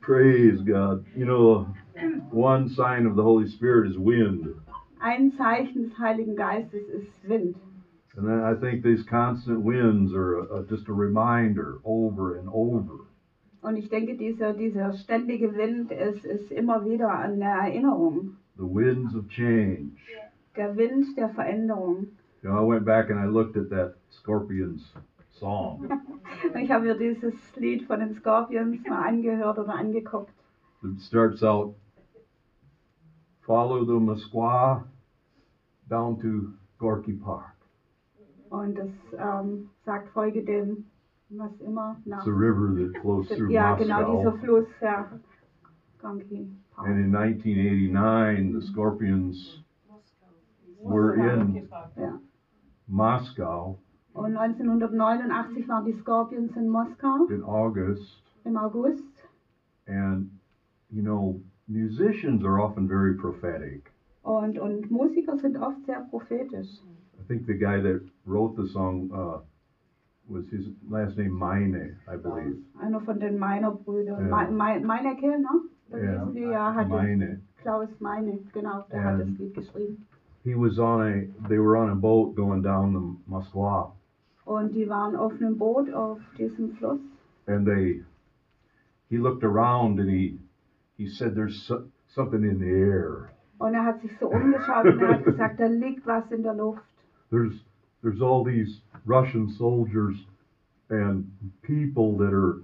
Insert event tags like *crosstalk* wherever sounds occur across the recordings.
Praise God. You know, one sign of the Holy Spirit is wind. Ein Zeichen des Heiligen Geistes ist Wind. And I I think these constant winds are a, a- just a reminder over and over. Und ich denke, dieser, dieser ständige Wind ist, ist immer wieder an der Erinnerung. The winds of change. Der Wind der Veränderung. You know, I went back and I looked at that Scorpions song. Und ich habe mir dieses Lied von den Scorpions mal angehört oder angeguckt. It starts out, follow the Musqua down to Gorky Park. Und das ähm, sagt Folge dem, was immer, nach. It's a river that flows through Ja, genau, dieser Moscow. Fluss, ja. Gonki Park. And in 1989, the Scorpions were in Ja. Moscow Und 1989 waren die Scorpions in Moskau in August. im August. And, you know, musicians are often very prophetic. Und, und Musiker sind oft sehr prophetisch. I think the guy that wrote the song uh, was his last name Meine, I believe. Einer Ähm, von den Meiner Brüdern. Ja. Ja. Me Meinecke, ne? Da wissen Sie ja, hat Meine. Klaus Meine, genau, der Ja. hat das Lied geschrieben. He was on a, they were on a boat going down the Moskwa. Und die waren auf einem Boot auf diesem Fluss. and they he looked around and he he said there's so, something in the air Und er hat sich so umgeschaut und er hat gesagt, da liegt was in der Luft. there's there's all these russian soldiers and people that are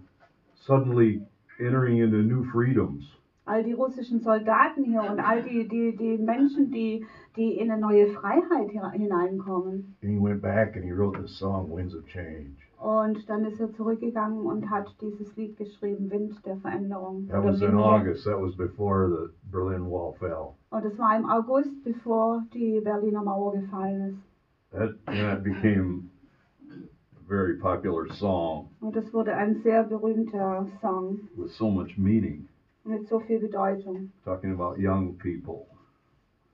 suddenly entering into new freedoms All die russischen Soldaten hier und all die, die, die Menschen, die, die in eine neue Freiheit hier hineinkommen. and he went back and he wrote this song winds of change Und dann ist er zurückgegangen und hat dieses Lied geschrieben, Wind der Veränderung. that Oder was in Wind der- august that was before the berlin wall fell Und es war im August, bevor die Berliner Mauer gefallen ist. that that became a very popular song Und es wurde ein sehr berühmter Song with so much meaning mit so viel Bedeutung. talking about young people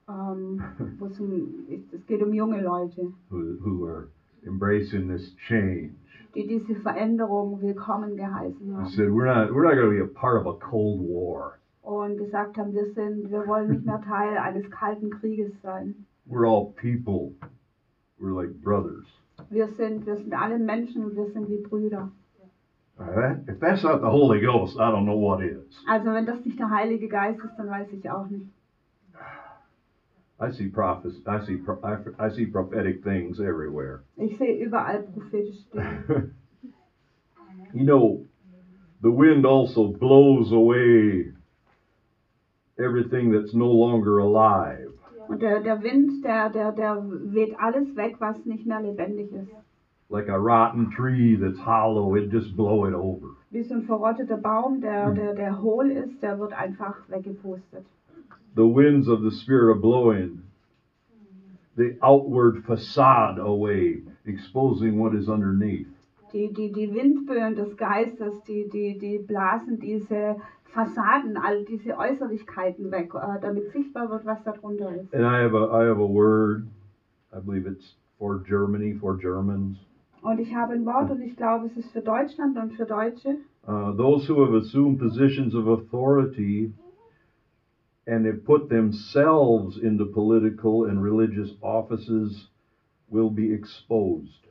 Ähm, wo es, um, es geht um junge Leute, who, who are embracing this change. die diese Veränderung willkommen geheißen He haben said, "We're not we're not going to be a part of a cold war. und gesagt haben, wir sind, wir wollen nicht mehr Teil eines kalten Krieges sein. We're all people. We're like brothers." Wir sind, wir sind alle Menschen und wir sind wie Brüder. Now, that- if that's not the Holy Ghost, I don't know what is. Also wenn das nicht der Heilige Geist ist, dann weiß ich auch nicht. I see prophets. I see pro- I, I see prophetic things everywhere. *laughs* Ich sehe überall prophetische Dinge. You know, the wind also blows away everything that's no longer alive. Und der, der Wind, der, der, der weht alles weg, was nicht mehr lebendig ist. Like a rotten tree that's hollow, it just blow it over. Wie so ein verrotteter Baum, der, der, der hohl ist, der wird einfach weggepustet. the winds of the Spirit are blowing the outward facade away, exposing what is underneath. Die, die, die Windböen des Geistes, die, die, die blasen diese Fassaden, all diese Äußerlichkeiten weg, äh, damit sichtbar wird, was da drunter ist. And I have a I have a word, I believe it's for Germany, for Germans. Und ich habe ein Wort und ich glaube, es ist für Deutschland und für Deutsche. Uh, those who have assumed positions of authority and have put themselves into political and religious offices will be exposed.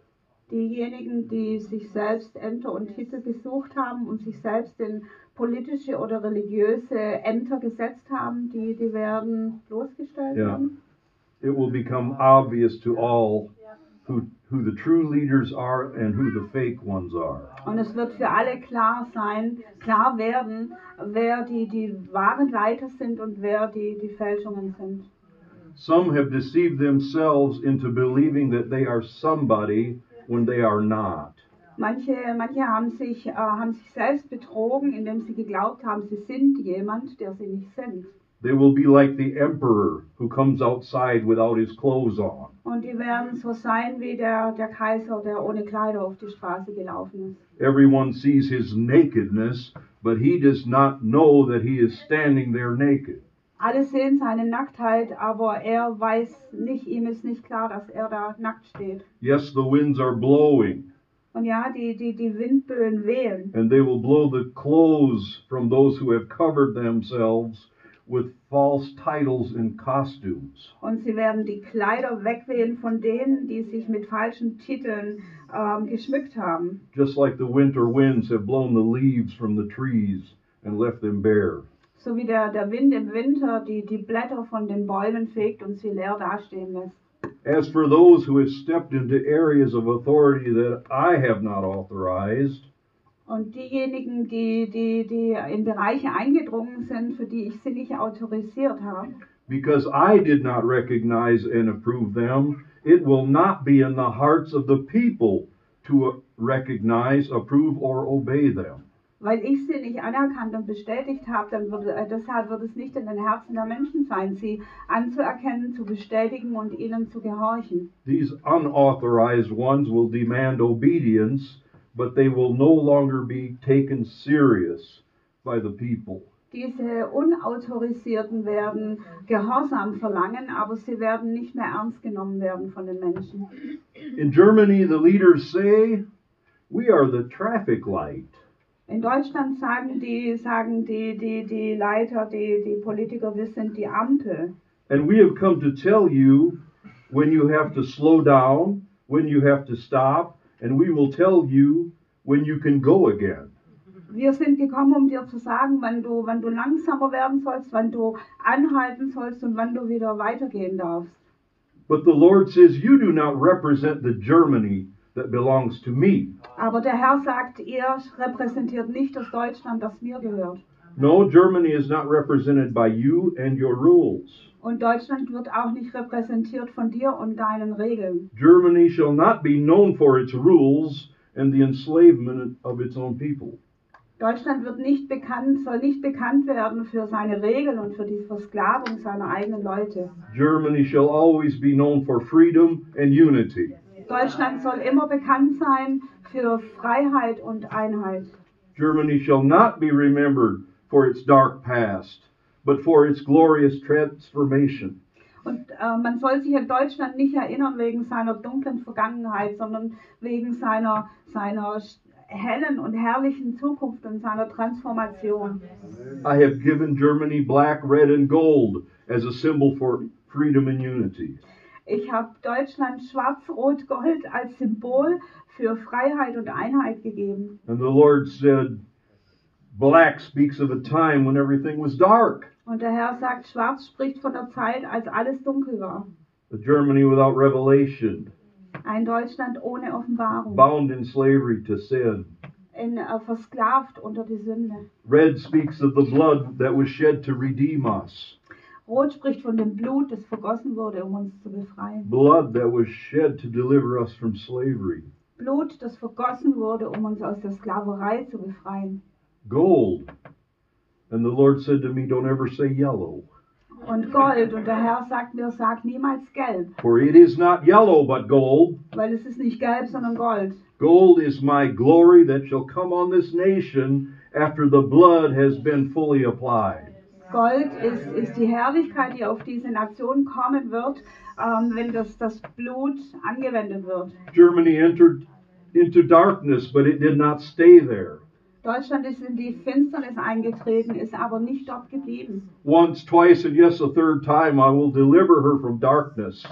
Diejenigen, die sich selbst Ämter und Titel gesucht haben und sich selbst in politische oder religiöse Ämter gesetzt haben, die, die werden bloßgestellt. Ja. werden. It will become obvious to all who, who the true leaders are and who the fake ones are. Und es wird für alle klar sein, klar werden, wer die, die wahren Leiter sind und wer die, die Fälschungen sind. Some have deceived themselves into believing that they are somebody when they are not. Manche, manche haben, sich, äh, haben sich selbst betrogen, indem sie geglaubt haben, sie sind jemand, der sie nicht sind. They will be like the emperor who comes outside without his clothes on. Und die werden so sein wie der, der Kaiser, der ohne Kleider auf die Straße gelaufen ist. Everyone sees his nakedness, but he does not know that he is standing there naked. Alle sehen seine Nacktheit, aber er weiß nicht, ihm ist nicht klar, dass er da nackt steht. Yes, the winds are blowing, Und Und ja, die, die, die Windböen wehen. and they will blow the clothes from those who have covered themselves with false titles and costumes. Und sie werden die Kleider wegwehen von denen, die sich mit falschen Titeln ähm, geschmückt haben. Just like the winter winds have blown the leaves from the trees and left them bare. So wie der, der Wind im Winter die, die Blätter von den Bäumen fegt und sie leer dastehen lässt. As for those who have stepped into areas of authority that I have not authorized, Und diejenigen, die, die, die in Bereiche eingedrungen sind, für die ich sie nicht autorisiert habe, because I did not recognize and approve them, it will not be in the hearts of the people to recognize, approve, or obey them. weil ich sie nicht anerkannt und bestätigt habe, dann würde, äh, deshalb wird es nicht in den Herzen der Menschen sein, sie anzuerkennen, zu bestätigen und ihnen zu gehorchen. These unauthorized ones will demand obedience, but they will no longer be taken serious by the people. Diese Unautorisierten werden Gehorsam verlangen, aber sie werden nicht mehr ernst genommen werden von den Menschen. In Germany, the leaders say, We are the traffic light. In Deutschland sagen die, sagen die, die, die Leiter, die, die Politiker, wir sind die Ampel. And we have come to tell you when you have to slow down, when you have to stop, and we will tell you when you can go again. Wir sind gekommen, um dir zu sagen, wann du, wann du langsamer werden sollst, wann du anhalten sollst und wann du wieder weitergehen darfst. But the Lord says, You do not represent the Germany that belongs to me. Aber der Herr sagt, ihr repräsentiert nicht das Deutschland, das mir gehört. No, Germany is not represented by you and your rules. Und Deutschland wird auch nicht repräsentiert von dir und deinen Regeln. Germany shall not be known for its rules and the enslavement of its own people. Deutschland wird nicht bekannt, soll nicht bekannt werden für seine Regeln und für die Versklavung seiner eigenen Leute. Germany shall always be known for freedom and unity. Deutschland soll immer bekannt sein für Freiheit und Einheit. Germany shall not be remembered for its dark past, but for its glorious transformation. Und äh, man soll sich in Deutschland nicht erinnern wegen seiner dunklen Vergangenheit, sondern wegen seiner, seiner sch- hellen und herrlichen Zukunft und seiner Transformation. I have given Germany black, red, and gold as a symbol for freedom and unity. Ich habe Deutschland schwarz-rot-gold als Symbol für Freiheit und Einheit gegeben. And the Lord said, Black speaks of a time when everything was dark, Und der Herr sagt, schwarz spricht von der Zeit, als alles dunkel war. a Germany without revelation, Ein Deutschland ohne Offenbarung, bound in slavery to sin. in, äh, versklavt unter die Sünde. Red speaks of the blood that was shed to redeem us, Rot spricht von dem Blut, das vergossen wurde, um uns zu befreien. blood that was shed to deliver us from slavery. Blut, das vergossen wurde, um uns aus der Sklaverei zu befreien. gold. And the Lord said to me, Don't ever say yellow, Und Gold, und der Herr sagt mir, sag niemals gelb, for it is not yellow but gold. weil es ist nicht gelb, sondern Gold. Gold is my glory that shall come on this nation after the blood has been fully applied. Gold ist, ist die Herrlichkeit, die auf diese Nation kommen wird, ähm, wenn das, das Blut angewendet wird. Germany entered into darkness, but it did not stay there. Deutschland ist in die Finsternis eingetreten, ist aber nicht dort geblieben. Once, twice, and yes, a third time, I will deliver her from darkness.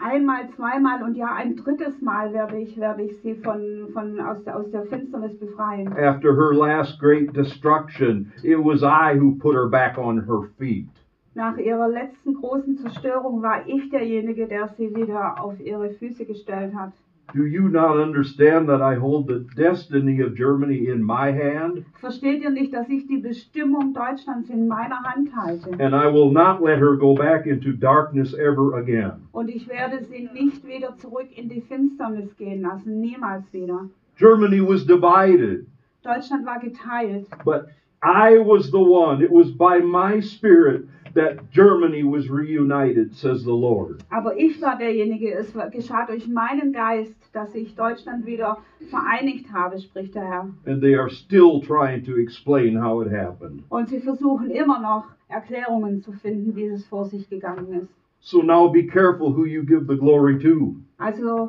Einmal, zweimal und ja ein drittes Mal werde ich, werde ich sie von, von, aus, der- aus der Finsternis befreien. After her last great destruction, it was I who put her back on her feet. Nach ihrer letzten großen Zerstörung war ich derjenige, der sie wieder auf ihre Füße gestellt hat. Do you not understand that I hold the destiny of Germany in my hand, Versteht ihr nicht, dass ich die Bestimmung Deutschlands in meiner Hand halte? and I will not let her go back into darkness ever again? Und ich werde sie nicht wieder zurück in die Finsternis gehen lassen, niemals wieder. Germany was divided, Deutschland war geteilt, but I was the one. It was by my spirit that Germany was reunited, says the Lord. aber ich war derjenige, es war- geschah durch meinen Geist, dass ich Deutschland wieder vereinigt habe, spricht der Herr. And they are still trying to explain how it happened. Und sie versuchen immer noch Erklärungen zu finden, wie es vor sich gegangen ist. So now be careful who you give the glory to. Also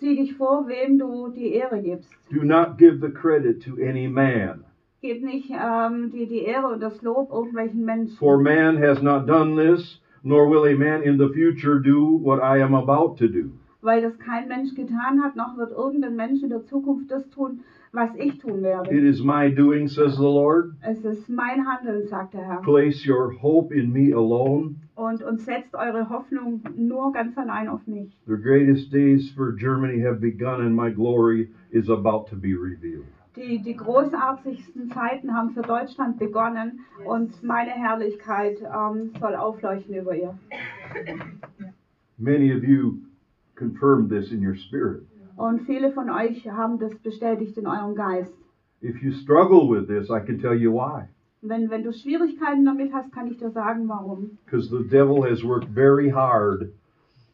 sieh dich vor, wem du die Ehre gibst. Do not give the credit to any man, Gib nicht ähm, dir die Ehre und das Lob irgendwelchen Menschen. for man has not done this, nor will a man in the future do what I am about to do. weil das kein Mensch getan hat, noch wird irgendein Mensch in der Zukunft das tun, was ich tun It werde. is my doing, says the Lord. Es ist mein Handeln, sagt der Herr. Place your hope in me alone. Und, und setzt eure Hoffnung nur ganz allein auf mich. The greatest days for Germany have begun, and my glory is about to be revealed. Die, die großartigsten Zeiten haben für Deutschland begonnen und meine Herrlichkeit ähm, soll aufleuchten über ihr. Many of you confirmed this in your spirit. Und viele von euch haben das bestätigt in eurem Geist. If you struggle with this, I can tell you why. Wenn, wenn du Schwierigkeiten damit hast, kann ich dir sagen, warum. Because the devil has worked very hard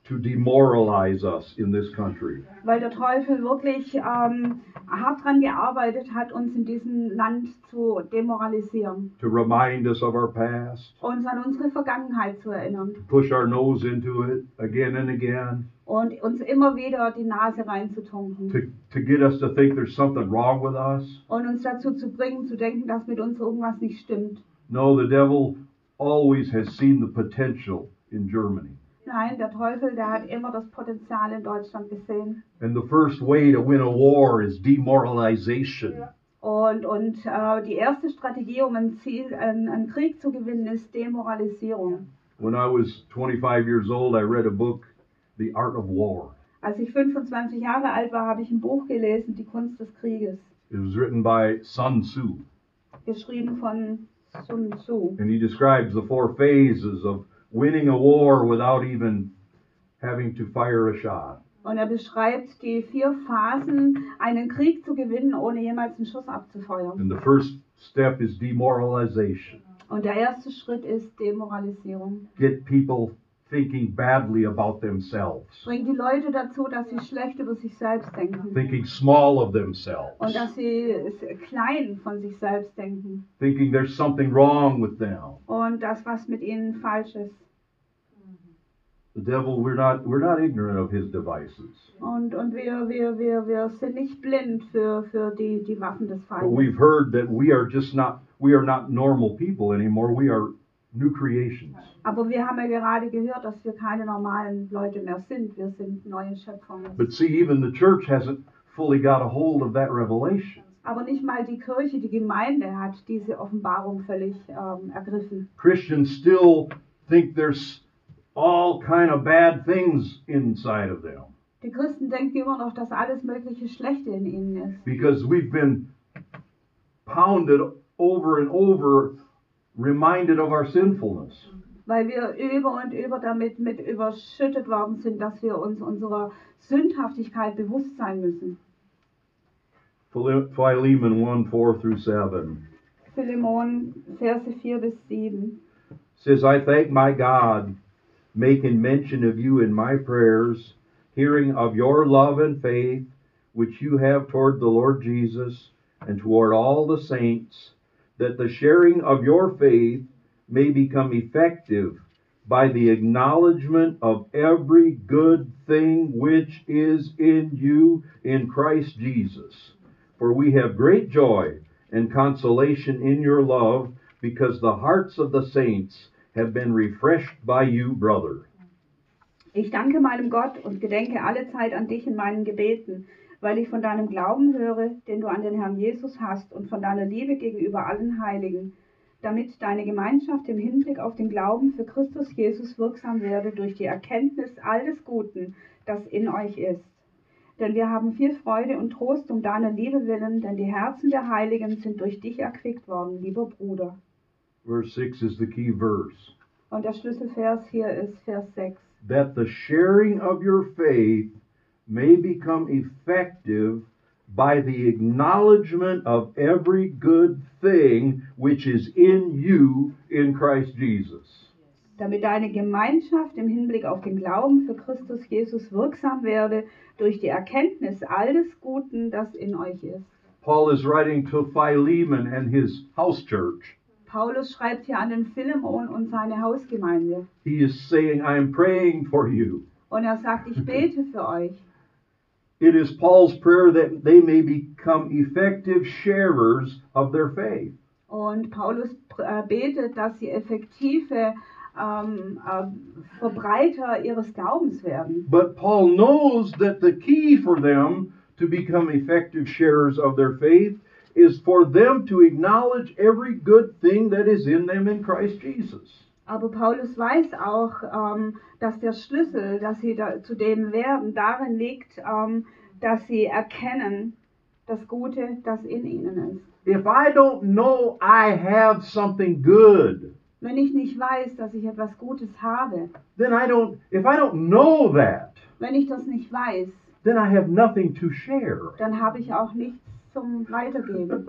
to demoralize us in this country. Weil der Teufel wirklich ähm, hart daran gearbeitet hat, uns in diesem Land zu demoralisieren. to remind us of our past, Uns an unsere Vergangenheit zu erinnern. push our nose into it again and again, Und uns immer wieder die Nase reinzutunken. to, to get us to think there's something wrong with us. Und uns dazu zu bringen, zu denken, dass mit uns irgendwas nicht stimmt. No, the devil always has seen the potential in Germany. Nein, der Teufel, der hat immer das Potenzial in Deutschland gesehen. And the first way to win a war is demoralization. Und, und äh, die erste Strategie, um ein Ziel, einen, einen Krieg zu gewinnen, ist Demoralisierung. When I was 25 years old, I read a book, The Art of War. Als ich 25 Jahre alt war, habe ich ein Buch gelesen, Die Kunst des Krieges, It was written by Sun Tzu, geschrieben von Sun Tzu. and he describes the four phases of winning a war without even having to fire a shot. Und er beschreibt die vier Phasen, einen Krieg zu gewinnen, ohne jemals einen Schuss abzufeuern. And the first step is demoralization. Und der erste Schritt ist Demoralisierung. Get people thinking badly about themselves, Bringt die Leute dazu, dass sie schlecht über sich selbst denken. thinking small of themselves, Und dass sie äh, klein von sich selbst denken. thinking there's something wrong with them. und das, was mit ihnen falsch ist. The devil, we're not we're not ignorant of his devices, Und, und wir, wir, wir, wir sind nicht blind für, für die, die Waffen des but Feindes. we've heard that we are just not we are not normal people anymore. We are new creations. Aber wir haben ja gerade gehört, dass wir keine normalen Leute mehr sind. Wir sind neue Schöpfungen. But see, even the church hasn't fully got a hold of that revelation. Aber nicht mal die Kirche, die Gemeinde hat diese Offenbarung völlig ähm, ergriffen. Christians still think there's all kind of bad things inside of them. Die Christen denken immer noch, dass alles mögliche Schlechte in ihnen ist. because we've been pounded over and over, reminded of our sinfulness. Weil wir über und über damit mit überschüttet worden sind, dass wir uns unserer Sündhaftigkeit bewusst sein müssen. Phile- Philemon 1 4 through 7 Philemon, Verse 4 bis 7. says, I thank my God, making mention of you in my prayers, hearing of your love and faith, which you have toward the Lord Jesus and toward all the saints, that the sharing of your faith may become effective by the acknowledgement of every good thing which is in you in Christ Jesus. For we have great joy and consolation in your love, because the hearts of the saints have been refreshed by you, brother. Ich danke meinem Gott und gedenke alle Zeit an dich in meinen Gebeten, weil ich von deinem Glauben höre, den du an den Herrn Jesus hast und von deiner Liebe gegenüber allen Heiligen, damit deine Gemeinschaft im Hinblick auf den Glauben für Christus Jesus wirksam werde durch die Erkenntnis all des Guten, das in euch ist. Denn wir haben viel Freude und Trost um deiner Liebe willen, denn die Herzen der Heiligen sind durch dich erquickt worden, lieber Bruder. Verse 6 is the key verse. Und der Schlüsselvers hier ist Vers 6. That the sharing of your faith may become effective by the acknowledgement of every good thing which is in you in Christ Jesus. damit deine Gemeinschaft im Hinblick auf den Glauben für Christus Jesus wirksam werde durch die Erkenntnis all des Guten, das in euch ist. Paul is writing to Philemon and his house church. Paulus schreibt hier an den Philemon und seine Hausgemeinde He is saying, I am praying for you. und er sagt, ich bete für euch. It is Paul's prayer that they may become effective sharers of their faith. Und Paulus äh, betet, dass sie effektive ähm, äh, Verbreiter ihres Glaubens werden. But Paul knows that the key for them to become effective sharers of their faith is for them to acknowledge every good thing that is in them in Christ Jesus. Aber Paulus weiß auch, ähm, dass der Schlüssel, dass sie da, zu dem werden, darin liegt, ähm, dass sie erkennen, das Gute, das in ihnen ist. If I don't know I have something good, Wenn ich nicht weiß, dass ich etwas Gutes habe, then I don't, if I don't know that, wenn ich das nicht weiß, then I have nothing to share. dann habe ich auch nichts zum Weitergeben.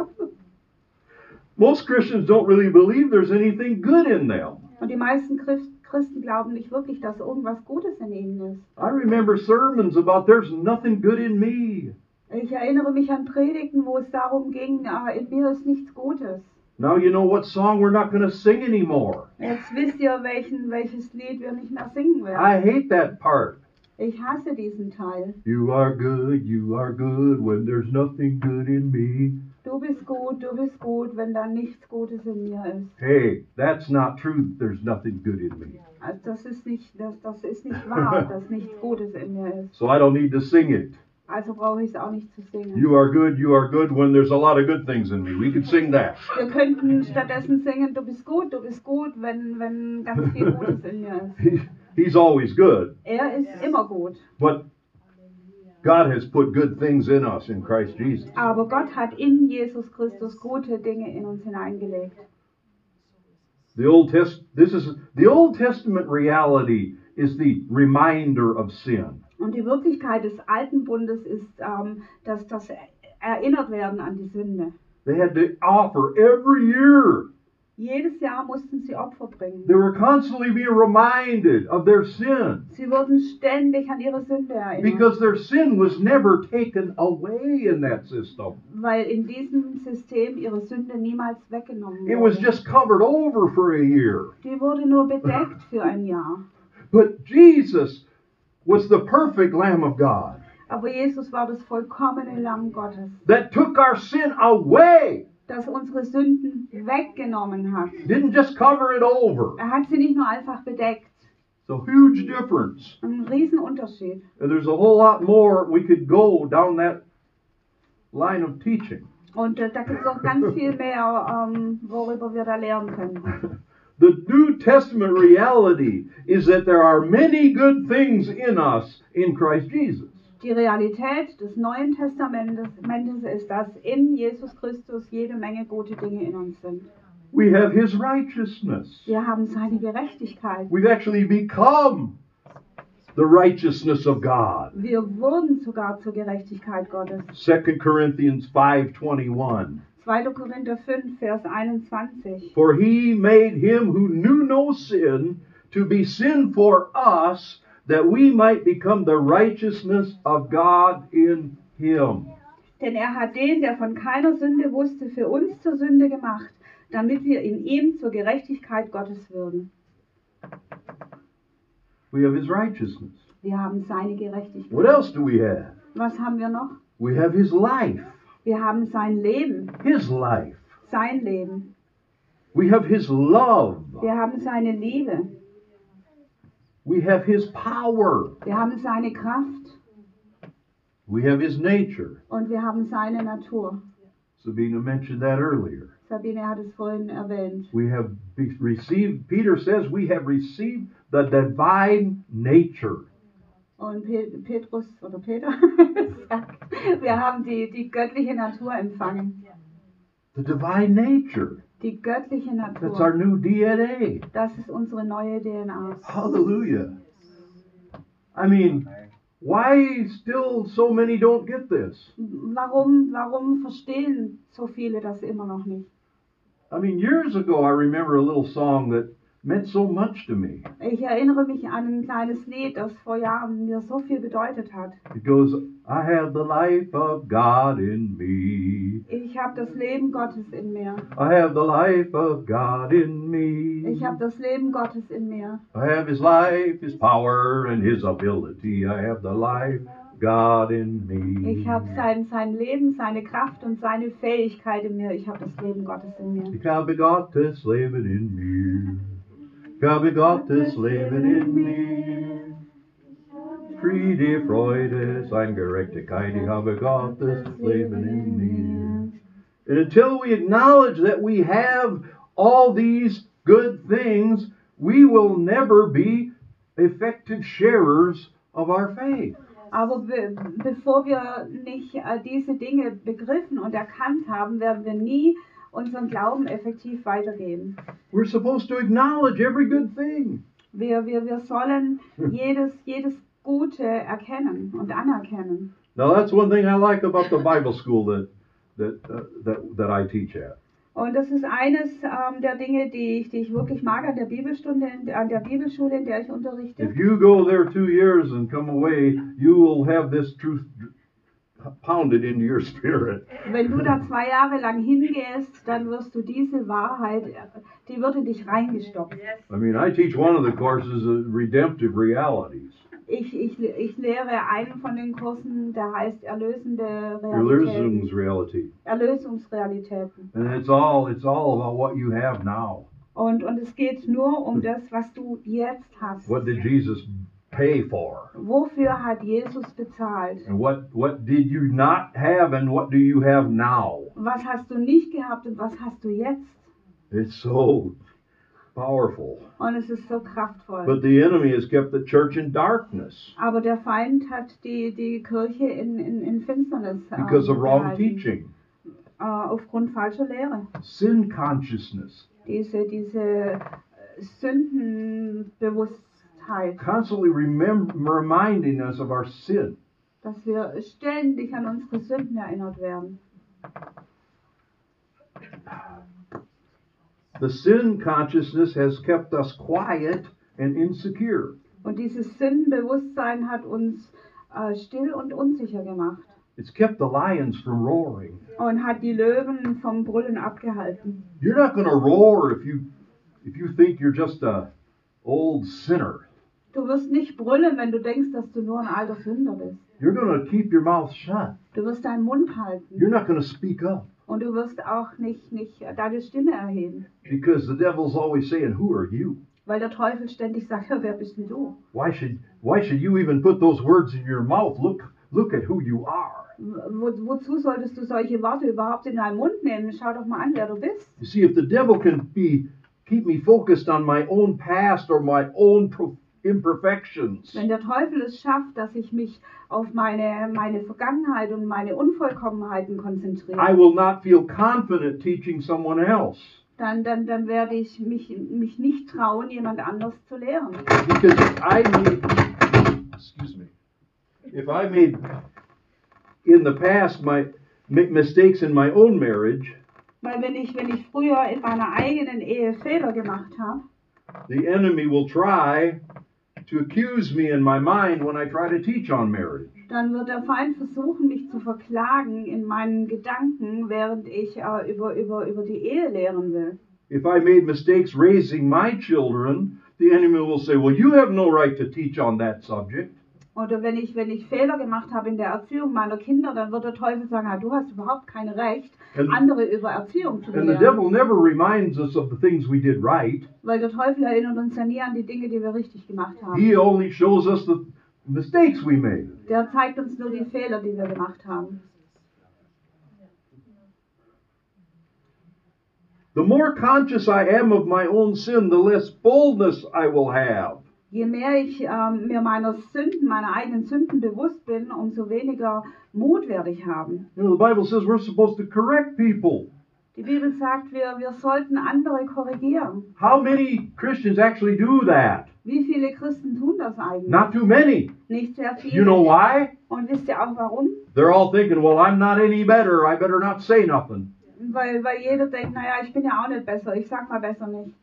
Most Christians don't really believe there's anything good in them. Und die meisten Christ Christen glauben nicht wirklich, dass irgendwas Gutes in ihnen ist. I remember sermons about there's nothing good in me. Ich erinnere mich an Predigten, wo es darum ging, äh, in mir ist nichts Gutes. Now you know what song we're not going to sing anymore. Jetzt wisst ihr, welchen, welches Lied wir nicht mehr singen werden. I hate that part. Ich hasse diesen Teil. You are good, you are good when there's nothing good in me. Du bist gut, du bist gut, wenn da nichts Gutes in mir ist. Hey, that's not true. that There's nothing good in me. Also das ist nicht, das, das ist nicht wahr, dass nichts Gutes in mir ist. So I don't need to sing it. Also brauche ich es auch nicht zu singen. You are good, you are good when there's a lot of good things in me. We could sing that. Wir könnten stattdessen singen, du bist gut, du bist gut, wenn, wenn ganz viel Gutes in mir ist. He- He's always good, Er ist immer gut. but God has put good things in us in Christ Jesus. Aber Gott hat in Jesus Christus gute Dinge in uns hineingelegt. The Old Test this is the Old Testament reality is the reminder of sin. Und die Wirklichkeit des alten Bundes ist, ähm, dass das erinnert werden an die Sünde. They had to offer every year. Jedes Jahr mussten sie Opfer bringen. They were constantly being reminded of their sin Sie wurden ständig an ihre Sünde erinnert, because their sin was never taken away in that system. weil in diesem System ihre Sünde niemals weggenommen It was wurde. just covered over for a year. Die wurde nur bedeckt für ein Jahr. But Jesus was the perfect Lamb of God Aber Jesus war das vollkommene Lamm Gottes, that took our sin away, das unsere Sünden weggenommen hat. didn't just cover it over. Er hat sie nicht nur einfach bedeckt. It's a huge difference. Ein Riesenunterschied. And there's a whole lot more we could go down that line of teaching. Und äh, da gibt es auch ganz viel mehr, ähm, worüber wir da lernen können. The New Testament reality is that there are many good things in us in Christ Jesus. Die Realität des Neuen Testamentes Testamentes ist, dass in Jesus Christus jede Menge gute Dinge in uns sind. We have his righteousness. Wir haben seine Gerechtigkeit. We've actually become the righteousness of God. Wir wurden sogar zur Gerechtigkeit Gottes. 2 Corinthians 5:21 2. Korinther 5, Vers 21. For he made him who knew no sin to be sin for us that we might become the righteousness of God in him. Denn er hat den, der von keiner Sünde wusste, für uns zur Sünde gemacht, damit wir in ihm zur Gerechtigkeit Gottes würden. We have his righteousness. Wir haben seine Gerechtigkeit. What else do we have? Was haben wir noch? We have his life. Wir haben sein Leben, His life. sein Leben. We have his love. Wir haben seine Liebe. We have his power. Wir haben seine Kraft We have his nature. und wir haben seine Natur. Sabina mentioned that earlier. Sabine hat es vorhin erwähnt. We have be- received, Peter says, we have received the divine nature. Und Pe- Petrus oder Peter *laughs* sagt, wir haben die, die göttliche Natur empfangen. The divine nature. Die göttliche That's our Natur. new DNA. Das ist unsere neue DNA. Ah. Hallelujah. I mean, why still so many don't get this? Warum, warum verstehen so viele das immer noch nicht? I mean, years ago, I remember a little song that meant so much to me. Ich erinnere mich an ein kleines Lied, das vor Jahren mir so viel bedeutet hat. It goes, I have the life of God in me. Ich habe das Leben Gottes in mir. I have the life of God in me. Ich habe das Leben Gottes in mir. I have his life, his power, and his ability. I have the life God in me. Ich habe sein, sein Leben, seine Kraft und seine Fähigkeit in mir. Ich habe das Leben Gottes in mir. Ich habe Gottes Leben in mir. Ich habe Gottes Leben in mir. Friede, Freude, sein Gerechtigkeit. Ich habe Gottes Leben in mir. And until we acknowledge that we have all these good things, we will never be effective sharers of our faith. Aber be bevor wir nicht äh, diese Dinge begriffen und erkannt haben, werden wir nie unseren Glauben effektiv weitergeben. We're supposed to acknowledge every good thing. Wir, wir, wir sollen jedes, jedes Gute erkennen und anerkennen. Now that's one thing I like about the Bible school that that uh, that, that I teach at. Und das ist eines ähm, der Dinge, die ich, die ich wirklich mag an der Bibelstunde, in- an der Bibelschule, in der ich unterrichte. If you go there two years and come away, you will have this truth pounded into your *laughs* spirit. Wenn du da zwei Jahre lang hingehst, dann wirst du diese Wahrheit, äh, die wird in dich reingestopft. I mean, I teach one of the courses, uh, redemptive realities. Ich, ich, ich lehre einen von den Kursen, der heißt Erlösende Realitäten. Realism's reality, Erlösungsrealitäten. and it's all it's all about what you have now. Und, und es geht nur um das, was du jetzt hast. Hm. What did Jesus pay for? Wofür hat Jesus bezahlt? And what what did you not have, and what do you have now? Was hast du nicht gehabt und was hast du jetzt? It's so powerful. Und es ist so kraftvoll. But the enemy has kept the church in darkness Aber der Feind hat die, die Kirche in, in, in Finsternis ähm, because of wrong gehalten. teaching, Äh, aufgrund falscher Lehre. sin consciousness, Diese, diese äh, Sündenbewusstheit, constantly remem- reminding us of our sin. dass wir ständig an unsere Sünden erinnert werden. The sin consciousness has kept us quiet and insecure. Und dieses Sündenbewusstsein hat uns äh, still und unsicher gemacht It's kept the lions from roaring. und hat die Löwen vom Brüllen abgehalten. You're not going to roar if you if you think you're just a old sinner. Du wirst nicht brüllen, wenn du denkst, dass du nur ein alter Sünder bist. You're going to keep your mouth shut. Du wirst deinen Mund halten You're not going to speak up und du wirst auch nicht, nicht deine Stimme erheben, because the devil's always saying, "Who are you? weil der Teufel ständig sagt, ja, wer bist denn du? Why should why should you even put those words in your mouth? Look look at who you are." Wo, wozu solltest du solche Worte überhaupt in deinen Mund nehmen? Schau doch mal an, wer du bist. You see, if the devil can be keep me focused on my own past or my own pro- imperfections, Wenn der Teufel es schafft, dass ich mich auf meine, meine Vergangenheit und meine Unvollkommenheiten I konzentriere, will not feel confident teaching someone else dann, dann, dann werde ich mich, mich nicht trauen, jemand anders zu lehren. because if I made, excuse me, if I made in the past my make mistakes in my own marriage, Weil wenn ich, wenn ich früher in meiner eigenen Ehe Fehler gemacht habe, the enemy will try to accuse me in my mind when I try to teach on marriage. dann wird der Feind versuchen, mich zu verklagen in meinen Gedanken, während ich äh, über, über, über die Ehe lehren will. If I made mistakes raising my children, the enemy will say, "Well, you have no right to teach on that subject." Oder wenn ich, wenn ich Fehler gemacht habe in der Erziehung meiner Kinder, dann wird der Teufel sagen, "Ah, du hast überhaupt kein Recht, And, andere über Erziehung zu and the lehren. devil never reminds us of the things we did right. Weil der Teufel erinnert uns ja nie an die Dinge, die wir richtig gemacht haben. He only shows us the mistakes we made. Der zeigt uns nur die Fehler, die wir gemacht haben. The more conscious I am of my own sin, the less boldness I will have. Je mehr ich ähm, mir meiner Sünden, meiner eigenen Sünden bewusst bin, umso weniger Mut werde ich haben. You know, the Bible says we're supposed to correct people. Die Bibel sagt, wir, wir sollten andere korrigieren. How many Christians actually do that? Wie viele Christen tun das eigentlich? Not too many. Nicht sehr viele. You know why? Und wisst ihr auch warum? They're all thinking, well, I'm not any better. I better not say nothing. Weil, weil jeder denkt, naja, ich bin ja auch nicht besser, ich sag mal besser nicht.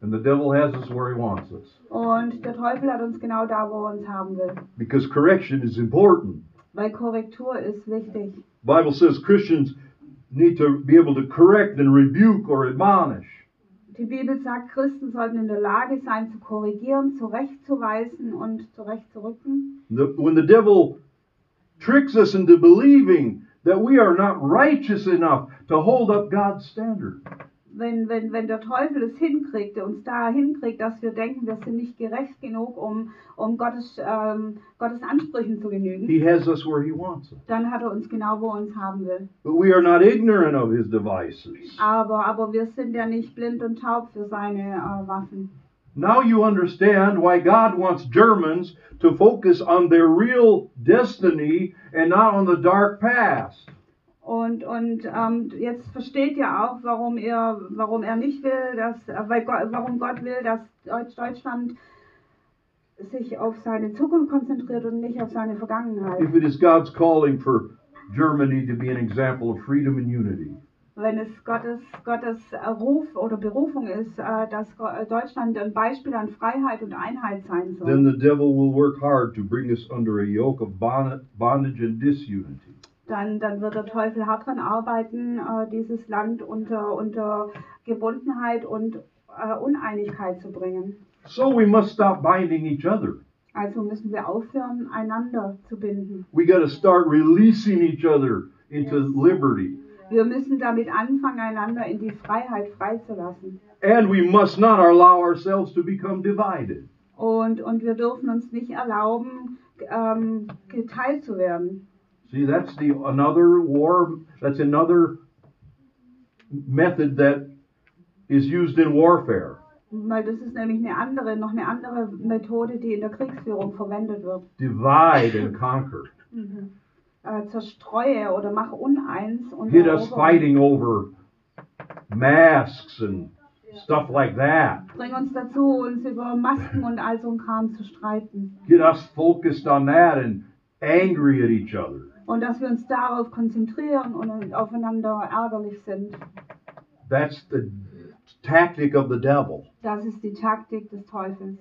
And the devil has us where he wants us. Und der Teufel hat uns genau da, wo er uns haben will. Because correction is important. Weil Korrektur ist wichtig. Bible says Christians need to be able to correct and rebuke or admonish. Die Bibel sagt, Christen sollten in der Lage sein, zu korrigieren, zurechtzuweisen und zurechtzurücken. The, when the devil tricks us into believing that we are not righteous enough to hold up God's standard, Wenn, wenn, wenn der Teufel es hinkriegt, uns da hinkriegt, dass wir denken, wir sind nicht gerecht genug, um, um Gottes, ähm, Gottes Ansprüchen zu genügen, he has us where he wants us. dann hat er uns genau, wo er uns haben will. But we are not ignorant of his devices. Aber, aber wir sind ja nicht blind und taub für seine äh, Waffen. Now you understand why God wants Germans to focus on their real destiny and not on the dark past. Und, und ähm, jetzt versteht ihr auch, warum er, warum er nicht will, dass, äh, weil Gott, warum Gott will, dass Deutsch, Deutschland sich auf seine Zukunft konzentriert und nicht auf seine Vergangenheit. If it is God's calling for Germany to be an example of freedom and unity, Wenn es Gottes, Gottes äh, Ruf oder Berufung ist, äh, dass Go- äh, Deutschland ein Beispiel an Freiheit und Einheit sein soll, then the devil will work hard to bring us under a yoke of bond- bondage and disunity. dann, dann wird der Teufel hart dran arbeiten, äh, dieses Land unter, unter Gebundenheit und äh, Uneinigkeit zu bringen. So we must stop binding each other. Also müssen wir aufhören, einander zu binden. We got to start releasing each other into Yes. liberty. Wir müssen damit anfangen, einander in die Freiheit freizulassen. And we must not allow ourselves to become divided. Und, und wir dürfen uns nicht erlauben, ähm, geteilt zu werden. See, that's the another war. That's another method that is used in warfare. Weil das ist nämlich eine andere, noch eine andere Methode, die in der Kriegsführung verwendet wird. Divide and conquer. Äh, zerstreue oder mach uneins und Get us erobere. fighting over masks and stuff like that. bring uns dazu, uns über Masken und all so ein Kram zu streiten. Get us focused on that and angry at each other. Und dass wir uns darauf konzentrieren und aufeinander ärgerlich sind. That's the tactic of the devil. Das ist die Taktik des Teufels.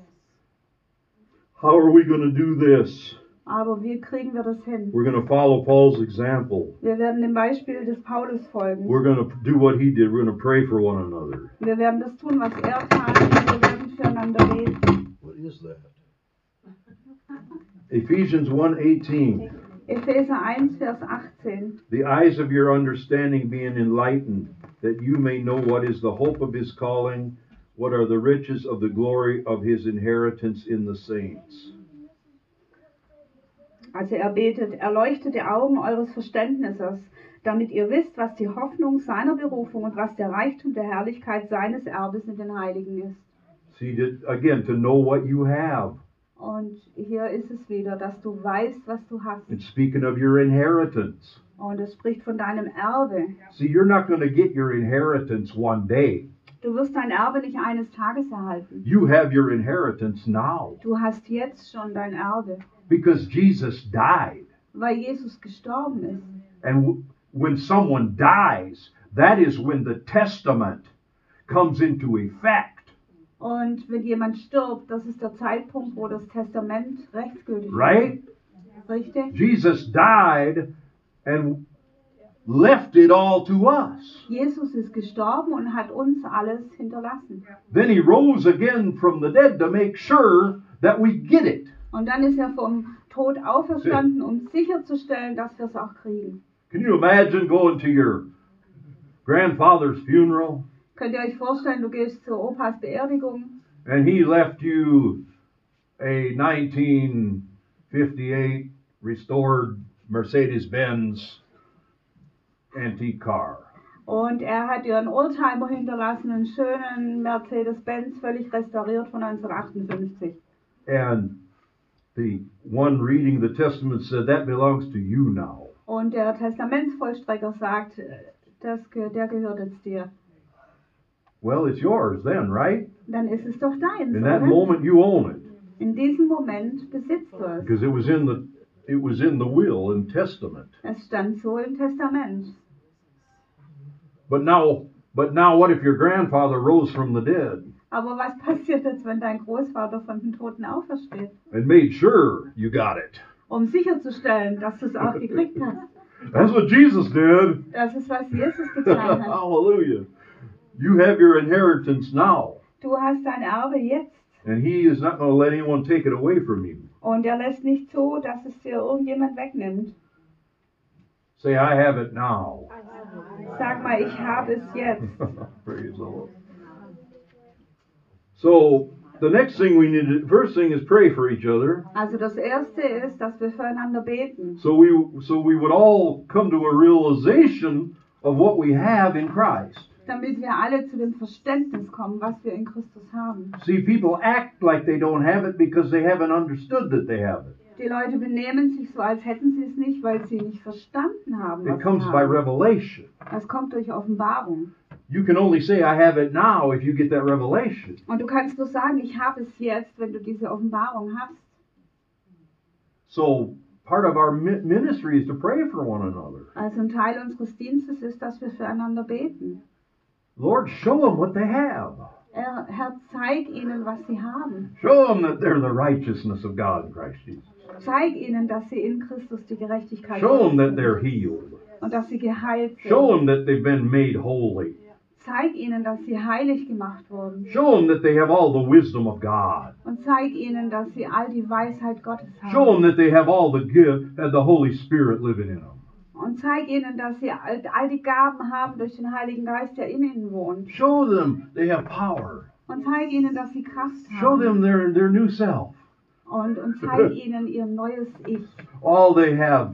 How are we going to do this? Aber wie kriegen wir das hin? We're going to follow Paul's example. Wir werden dem Beispiel des Paulus folgen. We're going to do what he did. We're going to pray for one another. Wir werden das tun, was er tat. und Wir werden füreinander reden. What is that? *laughs* Ephesians 1:18 Epheser 1, Vers 18. The eyes of your understanding being enlightened that you may know what is the hope of his calling what are the riches of the glory of his inheritance in the saints Also er betet, erleuchtete Augen eures Verständnisses, damit ihr wisst, was die Hoffnung seiner Berufung und was der Reichtum der Herrlichkeit seines Erbes in den Heiligen ist. See that again to know what you have Und hier ist es wieder, dass du weißt, was du hast. and speaking of your inheritance Und es spricht von deinem Erbe. See you're not going to get your inheritance one day Du wirst dein Erbe nicht eines Tages erhalten. you have your inheritance now Du hast jetzt schon dein Erbe, because Jesus died weil Jesus gestorben ist. And w- when someone dies, that is when the testament comes into effect, Und wenn jemand stirbt, das ist der Zeitpunkt, wo das Testament rechtsgültig right? ist. Richtig? Jesus died and left it all to us. Jesus ist gestorben und hat uns alles hinterlassen. Then he rose again from the dead to make sure that we get it. Und dann ist er vom Tod auferstanden, um sicherzustellen, dass wir es auch kriegen. Can you imagine going to your grandfather's funeral Könnt ihr euch vorstellen, du gehst zur Opas Beerdigung and he left you a 1958 restored Mercedes Benz antique car. Und er hat ihren Oldtimer hinterlassen, einen schönen Mercedes-Benz, völlig restauriert von 1958. And the one reading the testament said, That belongs to you now. Und der Testamentsvollstrecker sagt, äh, das, ge- der gehört jetzt dir. Well, it's yours then, right? Dann ist es doch deins, In that oder? moment, you own it In diesem Moment besitzt du es. because it was in the it was in the will and testament. Es stand so im Testament. But now, but now, what if your grandfather rose from the dead Aber was *laughs* passiert jetzt, wenn dein Großvater von den Toten aufersteht? and made sure you got it? Um sicherzustellen, dass du es auch gekriegt hast. That's what Jesus did. Das ist, was Jesus getan *laughs* hat. Hallelujah. You have your inheritance now, Du hast dein Erbe jetzt and He is not going to let anyone take it away from you. und er lässt nicht so, dass es dir irgendjemand wegnimmt. Say, I have it now. *laughs* Sag mal, ich habe es jetzt. Praise the Lord. So, the next thing we need to, first thing is pray for each other. Also das Erste ist, dass wir füreinander beten, So we, so we would all come to a realization of what we have in Christ. damit wir alle zu dem Verständnis kommen, was wir in Christus haben. See, people act like they don't have it because they haven't understood that they have it. Die Leute benehmen sich so, als hätten sie es nicht, weil sie nicht verstanden haben. Was It sie comes by haben. revelation. Das kommt durch Offenbarung. You can only say, I have it now, if you get that revelation. Und du kannst nur sagen, ich habe es jetzt, wenn du diese Offenbarung hast. So, part of our mi- ministry is to pray for one another. Also ein Teil unseres Dienstes ist, dass wir füreinander beten. Lord, show them what they have. Er, Herr, zeig ihnen, was sie haben. Show them that they're the righteousness of God in Christ Jesus. Zeig ihnen, dass sie in Christus die Gerechtigkeit Show them that sind they're healed. und dass sie geheilt sind. Show them that they've been made holy. Zeig ihnen, dass sie heilig gemacht wurden. Show them that they have all the wisdom of God. Und zeig ihnen, dass sie all die Weisheit Gottes Show them haben. that they have all the gift and the Holy Spirit living in them. Und zeig ihnen, dass sie all, all die Gaben haben durch den Heiligen Geist, der in ihnen wohnt. Show them they have power. Und zeig ihnen, dass sie Kraft Show haben. them their, their new self. Und, und *laughs* zeig ihnen ihr neues Ich. All they have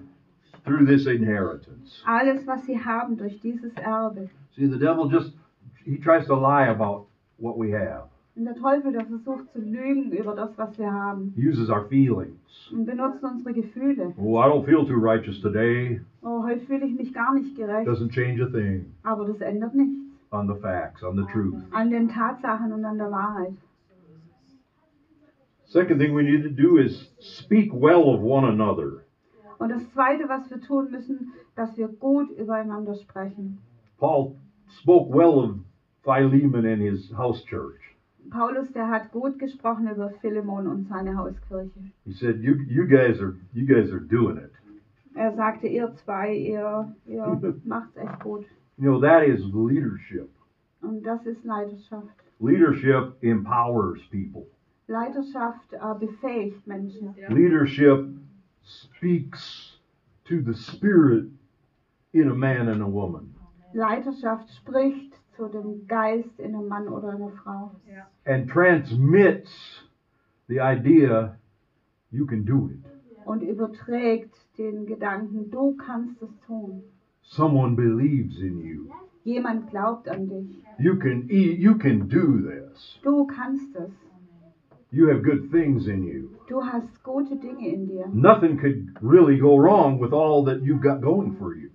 through this inheritance. Alles, was sie haben durch dieses Erbe. See, the devil just, he tries to lie about what we have. Und der Teufel, der versucht zu lügen über das, was wir haben. He uses our feelings. Und benutzt unsere Gefühle. Oh, I don't feel too righteous today. Oh, heute fühle ich mich gar nicht gerecht. Doesn't change a thing Aber das ändert nichts on the facts, on the truth. an den Tatsachen und an der Wahrheit. Second thing we need to do is speak well of one another. Und das Zweite, was wir tun müssen, dass wir gut übereinander sprechen. Paul spoke well of Philemon and his house church. Paulus, der hat gut gesprochen über Philemon und seine Hauskirche. He said, "You you guys are you guys are doing it. Er sagte, ihr zwei, ihr, ihr macht's echt gut. You know that is leadership. Und das ist Leidenschaft. Leadership empowers people. Leidenschaft äh, befähigt Menschen. Leadership speaks to the spirit in a man and a woman, Leidenschaft spricht zu dem Geist in einem Mann oder einer Frau and transmits the idea you can do it. und überträgt den Gedanken, du kannst es tun. Someone believes in you. Jemand glaubt an dich. You can eat. You can do this." Du kannst es. You have good things in you. Du hast gute Dinge in dir. Nothing could really go wrong with all that you've got going for you.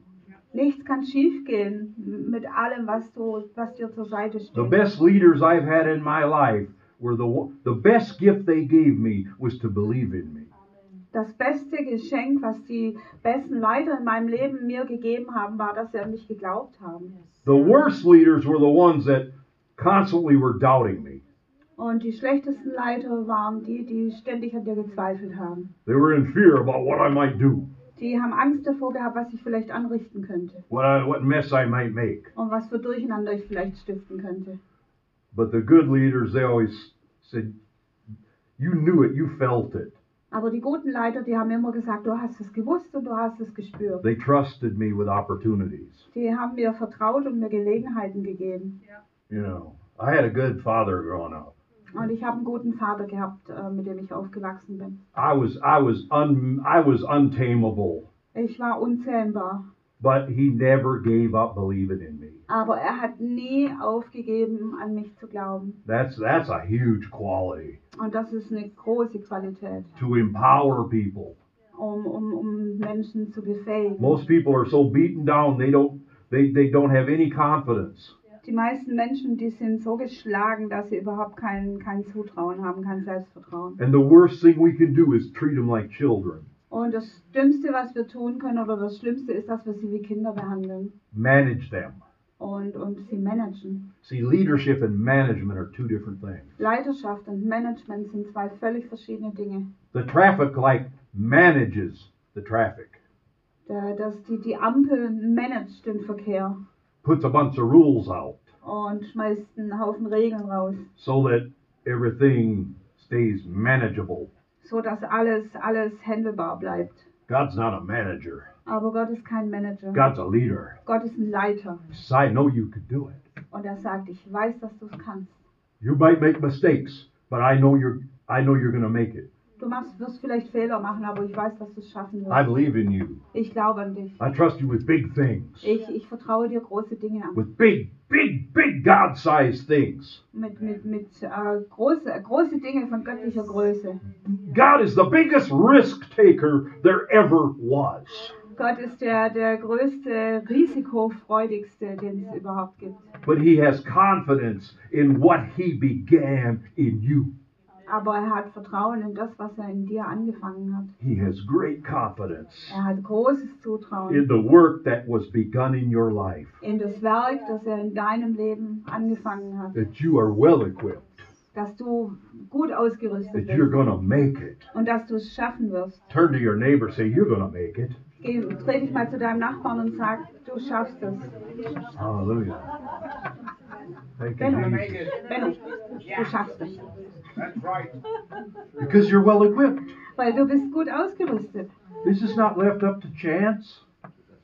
Nichts kann schiefgehen mit allem, was, du, was dir zur Seite steht. The best leaders I've had in my life were the one- the best gift they gave me was to believe in me. Das beste Geschenk, was die besten Leiter in meinem Leben mir gegeben haben, war, dass sie an mich geglaubt haben. The worst leaders were the ones that constantly were doubting me. Und die schlechtesten Leiter waren die, die ständig an dir gezweifelt haben. They were in fear about what I might do, Die haben Angst davor gehabt, was ich vielleicht anrichten könnte what I, what mess I might make. und was für Durcheinander ich vielleicht stiften könnte. But the good leaders, they always said, "You knew it, you felt it." Aber die guten Leiter, die haben immer gesagt, du hast es gewusst und du hast es gespürt. They trusted me with opportunities. Die haben mir vertraut und mir Gelegenheiten gegeben. You know, I had a good father growing up. Und ich habe einen guten Vater gehabt, äh, mit dem ich aufgewachsen bin. I was I was un I was untamable, Ich war unzähmbar, but he never gave up believing in me. aber er hat nie aufgegeben, an mich zu glauben. That's that's a huge quality Und das ist eine große Qualität, to empower people. um, um, um Menschen zu befähigen. Most people are so beaten down they don't they, they don't have any confidence. Die meisten Menschen, die sind so geschlagen, dass sie überhaupt kein, kein Zutrauen haben, kein Selbstvertrauen. And the worst thing we can do is treat them like children, Und das Dümmste, was wir tun können, oder das Schlimmste ist, dass wir sie wie Kinder behandeln manage them. und, und sie managen. See, leadership and management are two different things. Leidenschaft und Management sind zwei völlig verschiedene Dinge. The traffic light manages the traffic, Da- dass die, die Ampel managt den Verkehr puts a bunch of rules out, und schmeißt einen Haufen Regeln raus, so that everything stays manageable. so dass alles, alles handelbar bleibt. God's not a manager, Aber Gott ist kein Manager. God's a leader. Gott ist ein Leiter. He says, I know you can do it. Und er sagt, ich weiß, dass du es kannst. You might make mistakes, but I know you're I know you're gonna make it. Du machst, wirst vielleicht Fehler machen, aber ich weiß, dass du es schaffen I wirst. believe in you. Ich glaube an dich. I trust you with big things. Ich, ich vertraue dir große Dinge an. With big, big, big God sized things. Mit, mit, mit äh, große, große Dinge von göttlicher Größe. God is the biggest risk taker there ever was. Gott ist der, der größte, risikofreudigste, den es überhaupt gibt. But he has confidence in what he began in you. Aber er hat Vertrauen in das, was er in dir angefangen hat. He has great confidence Er hat großes in Zutrauen the work that was begun in your life, in das Werk, das er in deinem Leben angefangen hat. that you are well equipped, Dass du gut ausgerüstet that you're bist going to make it. und dass du es schaffen wirst. Turn to your neighbor say, You're going to make it. Geh, dreh dich mal zu deinem Nachbarn und sag, du schaffst es. Hallelujah. Thank Benno, you, Jesus. Benno, du schaffst es. That's right. Because you're well equipped. Weil du bist gut ausgerüstet. This is not left up to chance.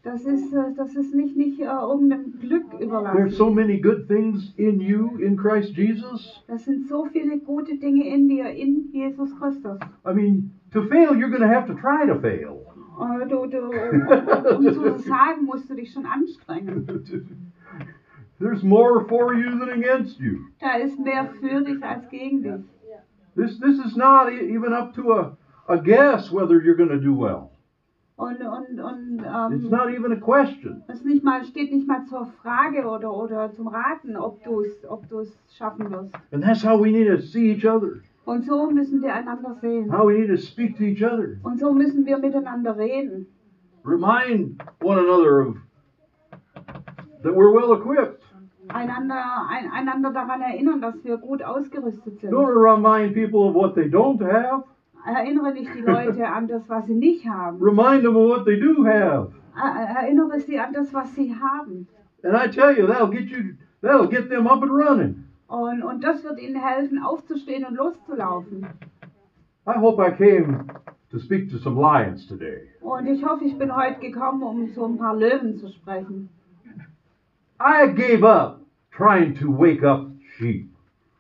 Das ist, äh, das ist nicht, nicht äh, irgendeinem Glück There's überlassen. so many good things in you in Christ Jesus. Das sind so viele gute Dinge in dir, in Jesus Christus. I mean, to fail, you're going to have to try to fail. Äh, Du, du, um, um zu versagen, musst du dich schon anstrengen. There's more for you than against you. Da ist mehr für dich als gegen dich. This this is not e- even up to a, a guess whether you're going to do well. Und, und, und It's ähm, not even a question. es nicht mal, steht nicht mal zur Frage oder, oder zum Raten, ob du es ob du's schaffen wirst. And that's how we need to see each other. Und so müssen wir einander sehen. How we need to speak to each other. Und so müssen wir miteinander reden. Remind one another of that we're well equipped. Einander, ein, einander daran erinnern, dass wir gut ausgerüstet sind. Don't remind people of what they don't have. Erinnere nicht die Leute an das, was sie nicht haben. Remind them of what they do have. Er- Erinnere sie an das, was sie haben. And I tell you, that'll get you that'll get them up and running. Und, und das wird ihnen helfen, aufzustehen und loszulaufen. I hope I came to speak to some lions today. Und ich hoffe, ich bin heute gekommen, um so ein paar Löwen zu sprechen. I gave up trying to wake up sheep.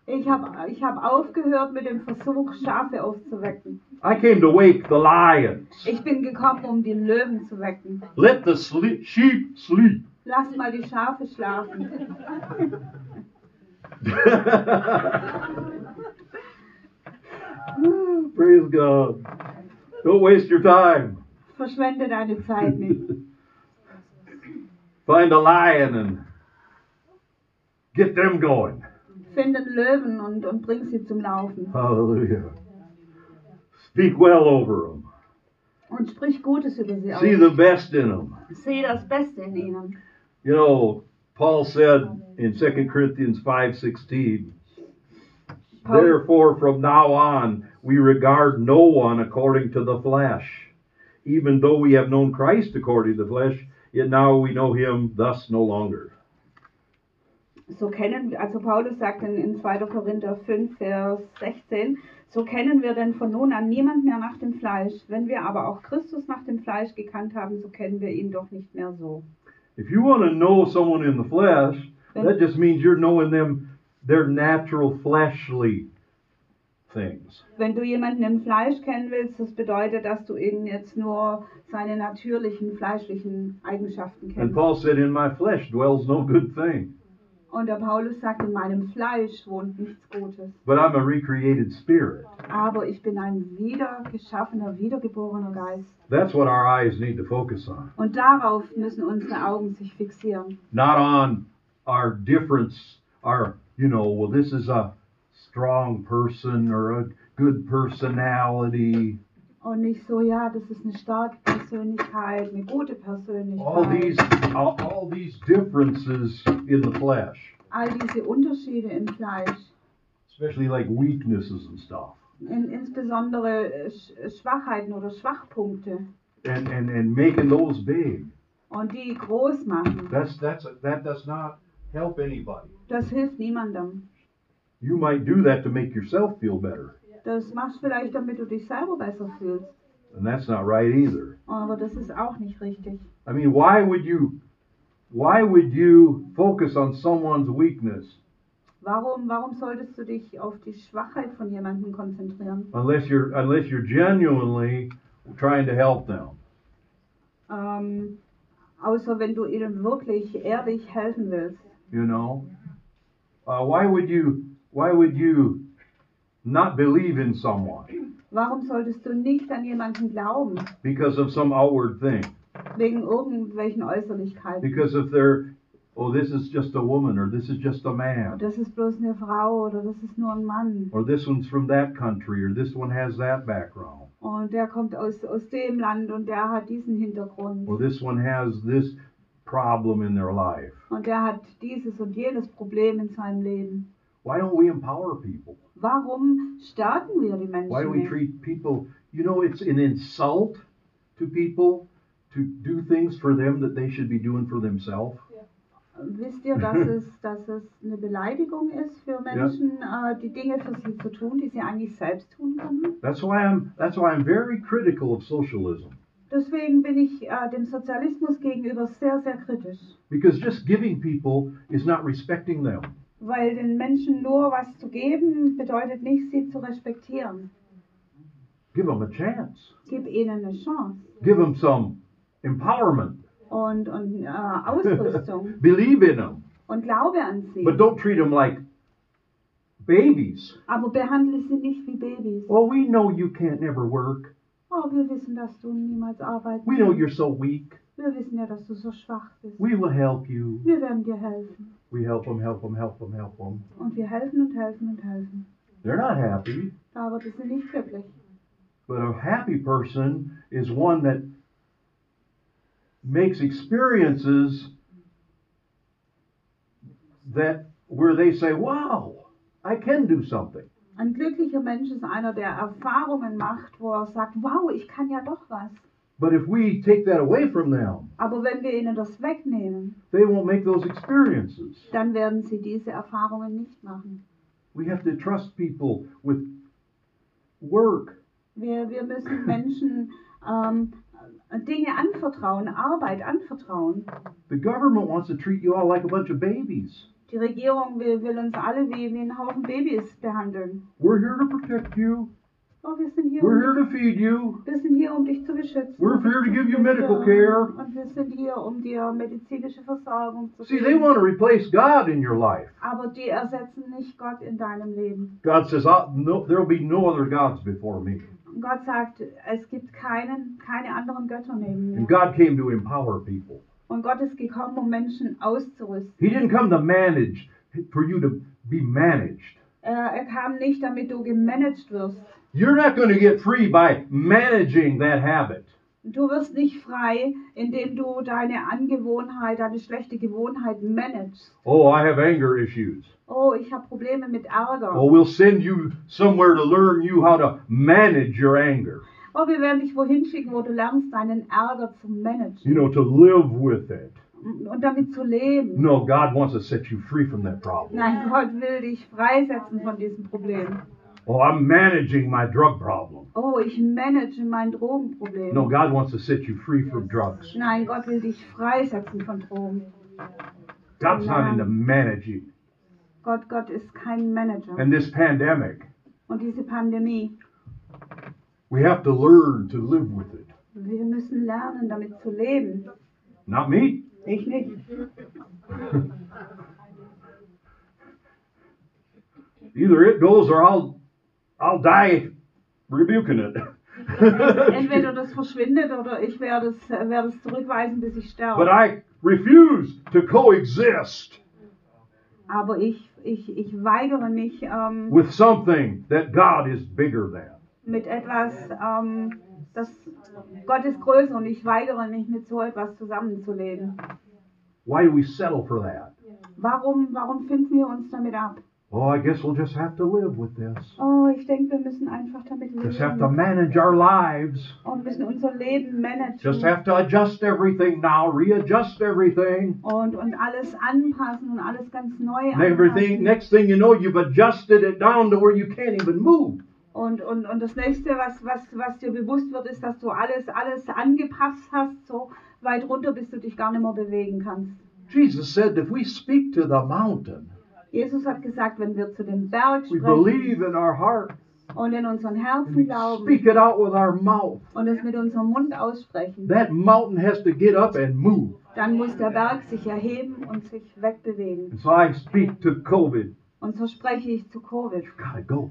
Ich habe ich hab aufgehört mit dem Versuch, Schafe aufzuwecken. I came to wake the lions. Ich bin gekommen, um die Löwen zu wecken. Let the sle- sheep sleep. *laughs* Lass mal die Schafe schlafen. Praise God. Don't waste your time. Verschwende deine Zeit nicht. Find a lion and get them going. Find einen Löwen und, und bring sie zum Laufen. Hallelujah. Speak well over them. Und sprich Gutes über sie aus. See the best in them. Sieh das Beste in ihnen. You know, Paul said in 2 Corinthians 5:16, Paul, "Therefore from now on we regard no one according to the flesh. Even though we have known Christ according to the flesh, yet now we know him thus no longer." so kennen, also Paulus sagt in, in 2. Korinther 5, Vers 16, so kennen wir denn von nun an niemand mehr nach dem Fleisch. Wenn wir aber auch Christus nach dem Fleisch gekannt haben, so kennen wir ihn doch nicht mehr so. If you want to know someone in the flesh, that just means you're knowing them their natural fleshly things. Wenn du jemanden im Fleisch kennen willst, das bedeutet, dass du ihn jetzt nur seine natürlichen, fleischlichen Eigenschaften And kennst. Paul said, "In my flesh dwells no good thing, Und der Paulus sagt, in meinem Fleisch wohnt nichts Gutes. but I'm a recreated spirit." Aber ich bin ein wiedergeschaffener, wiedergeborener Geist. That's what our eyes need to focus on. Und darauf müssen unsere Augen sich fixieren. not on our difference, our, you know, well, this is a strong person or a good personality. Und nicht so, ja, das ist eine starke Persönlichkeit, eine gute All these, Persönlichkeit. all, all these differences in the flesh, All diese Unterschiede im Fleisch. especially like weaknesses and stuff, In, insbesondere äh, Sch- Schwachheiten oder Schwachpunkte. and and and making those big. Und die groß machen. That's that's that that's not help anybody. Das hilft niemandem. You might do that to make yourself feel better, Das machst vielleicht, damit du dich selber besser fühlst. and that's not right either. Aber das ist auch nicht richtig. I mean, why would you why would you focus on someone's weakness Warum, warum solltest du dich auf die Schwachheit von jemandem konzentrieren? unless you're unless you're genuinely trying to help them? Ähm, außer wenn du ihnen wirklich ehrlich helfen willst. You know, uh, why would you why would you not believe in someone Warum solltest du nicht an jemanden glauben? because of some outward thing? Wegen irgendwelchen Äußerlichkeiten. Because if they're oh this is just a woman or this is just a man Das ist bloß eine Frau oder das ist nur ein Mann. or this one's from that country or this one has that background Und der kommt aus, aus dem Land und der hat diesen Hintergrund. or this one has this problem in their life. Und der hat dieses und jenes Problem in seinem Leben. Why don't we empower people? Warum stärken wir die Why do Menschen we nicht? treat people, you know, it's an insult to people to do things for them that they should be doing for themselves. Wisst ihr, dass es, dass es eine Beleidigung ist für Menschen, äh, die Dinge für sie zu tun, die sie eigentlich selbst tun können? That's why I'm that's why I'm very critical of socialism Deswegen bin ich äh, dem Sozialismus gegenüber sehr, sehr kritisch. because just giving people is not respecting them. Weil den Menschen nur was zu geben, bedeutet nicht, sie zu respektieren. Give them a chance. Gib ihnen eine Chance Give them some empowerment. und, und *laughs* äh, Ausrüstung Believe in them, und Glaube an sie. but don't treat them like babies. Aber behandle sie nicht wie Babys. Well, we know you can't never work. Oh, wir wissen, dass du niemals arbeiten We know kannst. you're so weak. Wir wissen ja, dass du so schwach bist. We will help you. Wir werden dir helfen. We help them, help them, help them, help them. Und wir helfen und helfen und helfen. They're not happy. Aber die sind nicht glücklich. But a happy person is one that makes experiences that where they say, "Wow, I can do something." Ein glücklicher Mensch ist einer, der Erfahrungen macht, wo er sagt, wow, ich kann ja doch was. But if we take that away from them, Aber wenn wir ihnen das wegnehmen, they won't make those experiences. dann werden sie diese Erfahrungen nicht machen. We have to trust people with work. Wir, *laughs* wir müssen Menschen ähm, Dinge anvertrauen, Arbeit anvertrauen. The government wants to treat you all like a bunch of babies. Die Regierung will, will uns alle wie, wie einen Haufen Babys behandeln. We're here to protect you. Oh, wir sind hier, We're um, here to feed you. wir sind hier, um dich zu beschützen. We're here to give you medical Und, äh, care. Und wir sind hier, um dir medizinische Versorgung zu See, they geben. want to replace God in your life. Aber die ersetzen nicht Gott in deinem Leben. God says, I'll, no, there'll be no other gods before me. Und Gott sagt, es gibt keinen, keine anderen Götter neben And mir. God came to empower people. Und Gott ist gekommen, um Menschen auszurüsten. He didn't come to manage, for you to be managed. Er, er kam nicht, damit du gemanagt wirst. You're not going to get free by managing that habit. Du wirst nicht frei, indem du deine Angewohnheit, deine schlechte Gewohnheit managst. Oh, I have anger issues. Oh, ich habe Probleme mit Ärger. Oh, we'll send you somewhere to learn you how to manage your anger. Oh, wir werden dich wohin schicken, wo du lernst, deinen Ärger zu You managen know, to live with it. und damit zu leben. No, God wants to set you free from that problem. Nein, Gott will dich freisetzen von diesem Problem. Oh, I'm managing my drug problem. Oh, ich manage mein Drogenproblem. No, God wants to set you free from drugs. Nein, Gott will dich freisetzen von Drogen. God's not into managing. Gott, Gott ist kein Manager. and this pandemic. Und diese Pandemie, We have to learn to live with it. wir müssen lernen, damit zu leben. Not me. Ich nicht. Either it goes or I'll I'll die rebuking Entweder it. *laughs* das verschwindet oder ich werde es, äh, werde es zurückweisen, bis ich but sterbe. I refuse to coexist Aber ich, ich, ich weigere mich, ähm, with something that God is bigger than. mit etwas, ähm, das Gott ist größer und ich weigere mich, mit so etwas zusammenzuleben. Why do we settle for that? Warum, warum finden wir uns damit ab? Oh, I guess we'll just have to live with this. Oh, ich denke, wir müssen einfach damit Just have to leben. manage our lives. Oh, wir müssen unser Leben managen Just have to adjust everything now, readjust everything. und, und alles anpassen und alles ganz neu And everything, anpassen. next thing you know, you've adjusted it down to where you can't even move. Und, und, und das nächste, was, was, was dir bewusst wird, ist, dass du alles, alles angepasst hast, so weit runter, bis du dich gar nicht mehr bewegen kannst. Jesus said, if we speak to the mountain, Jesus hat gesagt, wenn wir zu dem Berg we sprechen believe in our heart, und in unseren Herzen glauben speak it out with our mouth. und es mit unserem Mund aussprechen, That mountain has to get up and move. dann muss der Berg sich erheben und sich wegbewegen. And so I speak to COVID. Und so spreche ich zu Covid. Gotta go.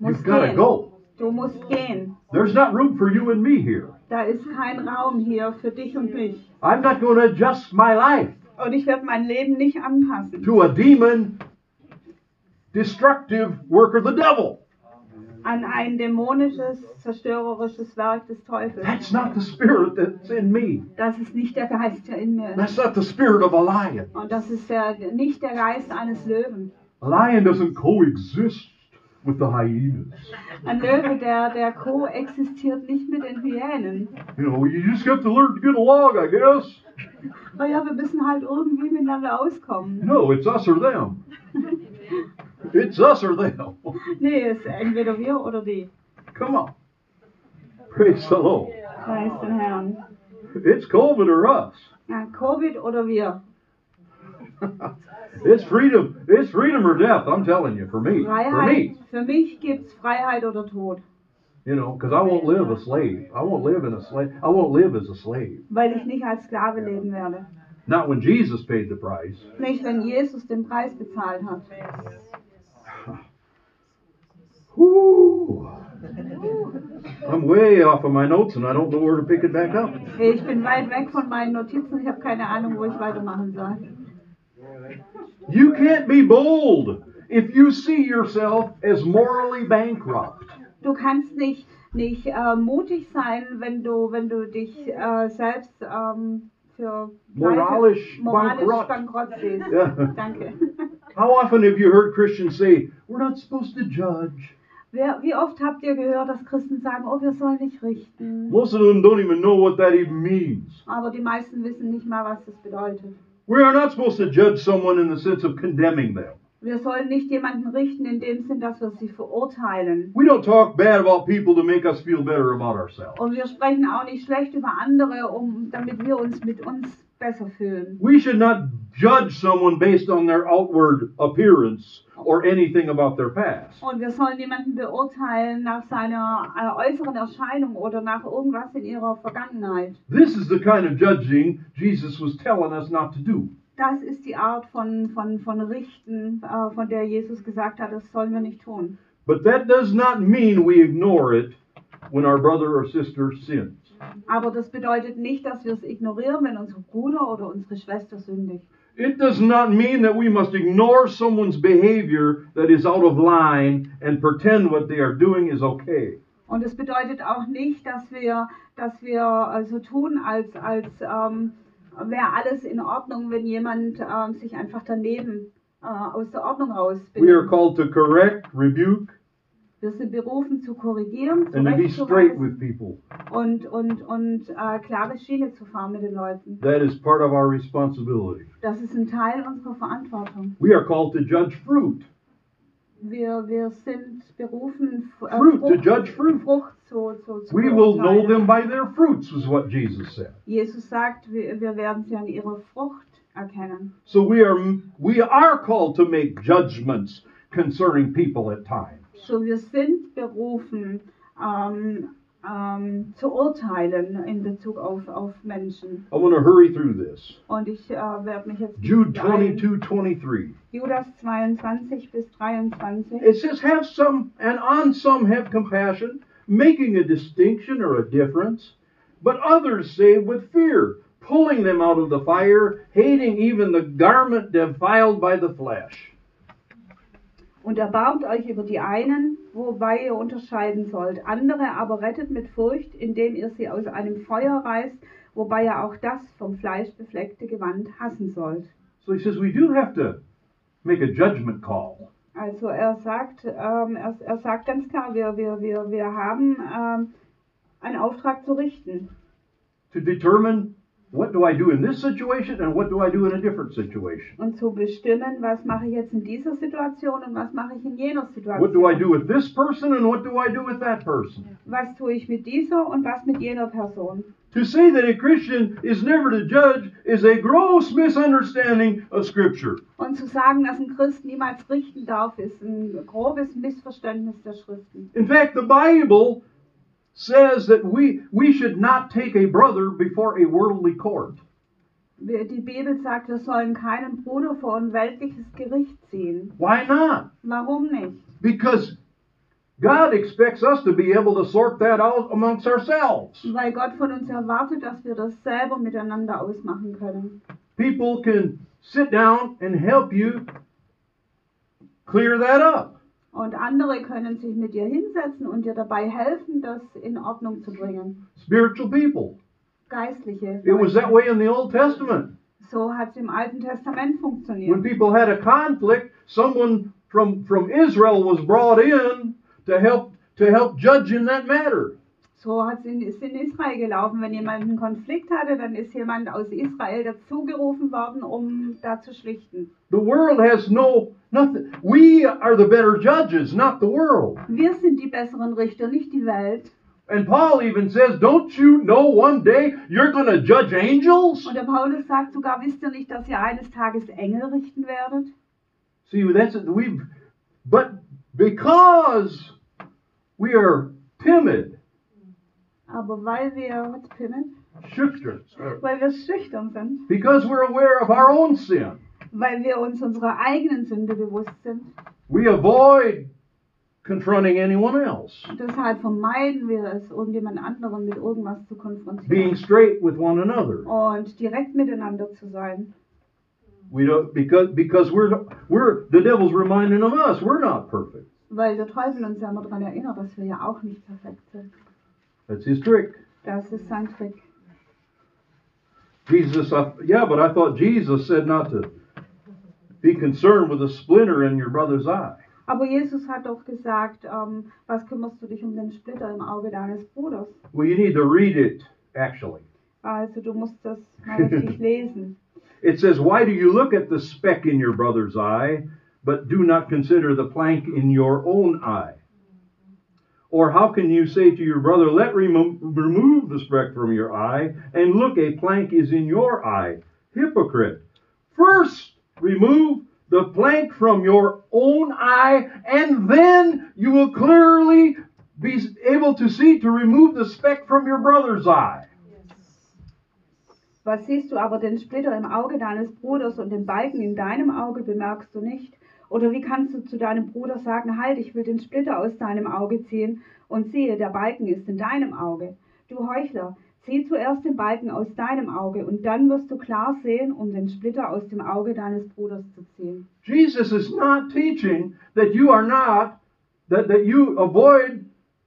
Muss You've gotta gehen. go. Du musst gehen. There's not room for you and me here. Da ist kein Raum hier für dich und mich. I'm not going to adjust my life Und ich werde mein Leben nicht anpassen to a demon, destructive work of the devil. an ein dämonisches, zerstörerisches Werk des Teufels. That's not the spirit that's in me. Das ist nicht der Geist, der in mir ist. That's not the spirit of a lion. Und das ist der, nicht der Geist eines Löwen. A lion doesn't coexist with the hyenas. Ein Löwe, der, der koexistiert nicht mit den Hyänen. You know, you just have to learn to get along, I guess. Naja, wir müssen halt irgendwie miteinander auskommen. No, it's us or them. It's us or them. Nee, es ist entweder wir oder die. Come on. Praise the Lord. Preis den Herrn. It's COVID or us. Ja, Covid oder wir. It's freedom. It's freedom or death. I'm telling you, for me. For me. Freiheit. Für mich gibt's Freiheit oder Tod. You know, because I won't live a slave. I won't live in a slave. I won't live as a slave. Weil ich nicht als Sklave leben werde. Not when Jesus paid the price. Nicht, wenn Jesus den Preis bezahlt hat. Whoo! I'm way off of my notes and I don't know where to pick it back up. Ich bin weit weg von meinen Notizen. Ich habe keine Ahnung, wo ich weitermachen soll. You can't be bold if you see yourself as morally bankrupt. Du kannst nicht, nicht äh, mutig sein, wenn du, wenn du dich äh, selbst ähm, für Moralisch moralisch bankrott. bankrott siehst. Yeah. Danke. How often have you heard Christians say, we're not supposed to judge? Wer, wie oft habt ihr gehört, dass Christen sagen, oh, wir sollen nicht richten? Most of them don't even know what that even means. Aber die meisten wissen nicht mal, was das bedeutet. We are not supposed to judge someone in the sense of condemning them. Wir sollen nicht jemanden richten in dem Sinn, dass wir sie verurteilen. We don't talk bad about people to make us feel better about ourselves. Und wir sprechen auch nicht schlecht über andere, um, damit wir uns mit uns besser fühlen. We should not judge someone based on their outward appearance or anything about their past. Und wir sollen niemanden beurteilen nach seiner äh, äußeren Erscheinung oder nach irgendwas in ihrer Vergangenheit. This is the kind of judging Jesus was telling us not to do. Das ist die Art von, von, von Richten, äh, von der Jesus gesagt hat, das sollen wir nicht tun. But that does not mean we ignore it when our brother or sister sins. Aber das bedeutet nicht, dass wir es ignorieren, wenn unser Bruder oder unsere Schwester sündigt. It does not mean that we must ignore someone's behavior that is out of line and pretend what they are doing is okay. Und es bedeutet auch nicht, dass wir, dass wir äh, so tun, als, als ähm, wäre alles in Ordnung, wenn jemand ähm, sich einfach daneben äh, aus der Ordnung raus We are benimmt. called to correct, rebuke, Wir sind berufen zu korrigieren, and to be straight zurechtzuweisen with people. und, und, und äh, klare Schiene zu fahren mit den Leuten. That is part of our responsibility. Das ist ein Teil unserer Verantwortung. We are called to judge fruit. Wir, wir sind berufen, F- äh, Fruit, to judge fruit. Frucht zu, zu, zu We will know beurteilen. them by their fruits, is what Jesus said. Jesus sagt, wir, wir werden sie an ihrer Frucht erkennen. So we are we are called to make judgments concerning people at times. So, wir sind berufen, ähm, ähm, zu urteilen in Bezug auf, auf Menschen. I want to hurry through this. Und ich äh, werde mich jetzt. Jude beeilen. 22, 23. Judas 22 bis 23. It says, have some, and on some have compassion, making a distinction or a difference, but others save with fear, pulling them out of the fire, hating even the garment defiled by the flesh. Und erbarmt euch über die einen, wobei ihr unterscheiden sollt. Andere aber rettet mit Furcht, indem ihr sie aus einem Feuer reißt, wobei ihr auch das vom Fleisch befleckte Gewand hassen sollt. So he says, we do have to make a judgment call. Also er sagt, ähm, er, er sagt ganz klar, wir, wir, wir, wir haben ähm, einen Auftrag zu richten. to determine what do I do in this situation and what do I do in a different situation? und zu bestimmen, was mache ich jetzt in dieser Situation und was mache ich in jener What do I Situation. do with this person and what do I do with that person? Was tue ich mit dieser und was mit jener Person? To say that a Christian is never to judge is a gross misunderstanding of Scripture. Und zu sagen, dass ein Christ niemals richten darf, ist ein grobes Missverständnis der Schriften. In fact, the Bible says that we, we should not take a brother before a worldly court. Wir- Die Bibel sagt, wir sollen keinen Bruder vor ein weltliches Gericht ziehen. Why not? Warum nicht? Because God expects us to be able to sort that out amongst ourselves. Weil Gott von uns erwartet, dass wir das selber miteinander ausmachen können. people can sit down and help you clear that up. Und andere können sich mit dir hinsetzen und dir dabei helfen, das in Ordnung zu bringen. Spiritual people. Geistliche. It was that way in the Old Testament. So hat es im Alten Testament When funktioniert. people had a conflict, someone from, from Israel was brought in to help to help judge in that matter. So hat es in, ist in Israel gelaufen. Wenn jemand einen Konflikt hatte, dann ist jemand aus Israel dazugerufen worden, um da zu schlichten. The world has no nothing. We are the better judges, not the world. Wir sind die besseren Richter, nicht die Welt. And Paul even says, Don't you know one day you're gonna judge angels? Und der Paulus sagt sogar, wisst ihr nicht, dass ihr eines Tages Engel richten werdet? See, that's we've, but because we are timid, Aber weil wir, was pimmen? shifter, Weil wir schüchtern sind, because we're aware of our own sin, weil wir uns unserer eigenen Sünde bewusst sind. we avoid confronting anyone else, Deshalb halt vermeiden wir es, irgendjemand anderen mit irgendwas zu being konfrontieren straight with one another. und direkt miteinander zu sein. We don't because because we're we're the devil's reminding of us we're not perfect. Weil der Teufel uns ja immer daran erinnert, dass wir ja auch nicht perfekt sind. That's his trick. Das ist sein Trick. Jesus, I, yeah, but I thought Jesus said not to be concerned with a splinter in your brother's eye. Aber Jesus hat doch gesagt, ähm, was kümmerst du dich um den Splitter im Auge deines Bruders? Well, you need to read it actually. Also du musst das mal richtig lesen. It says, Why do you look at the speck in your brother's eye, but do not consider the plank in your own eye? Or how can you say to your brother, Let remo- remove the speck from your eye, and look, a plank is in your eye? Hypocrite. First, remove the plank from your own eye, and then you will clearly be able to see to remove the speck from your brother's eye. Was siehst du aber den Splitter im Auge deines Bruders und den Balken in deinem Auge bemerkst du nicht? Oder wie kannst du zu deinem Bruder sagen, halt, ich will den Splitter aus deinem Auge ziehen und siehe, der Balken ist in deinem Auge? Du Heuchler, zieh zuerst den Balken aus deinem Auge und dann wirst du klar sehen, um den Splitter aus dem Auge deines Bruders zu ziehen. Jesus is not teaching that you are not, that, that you avoid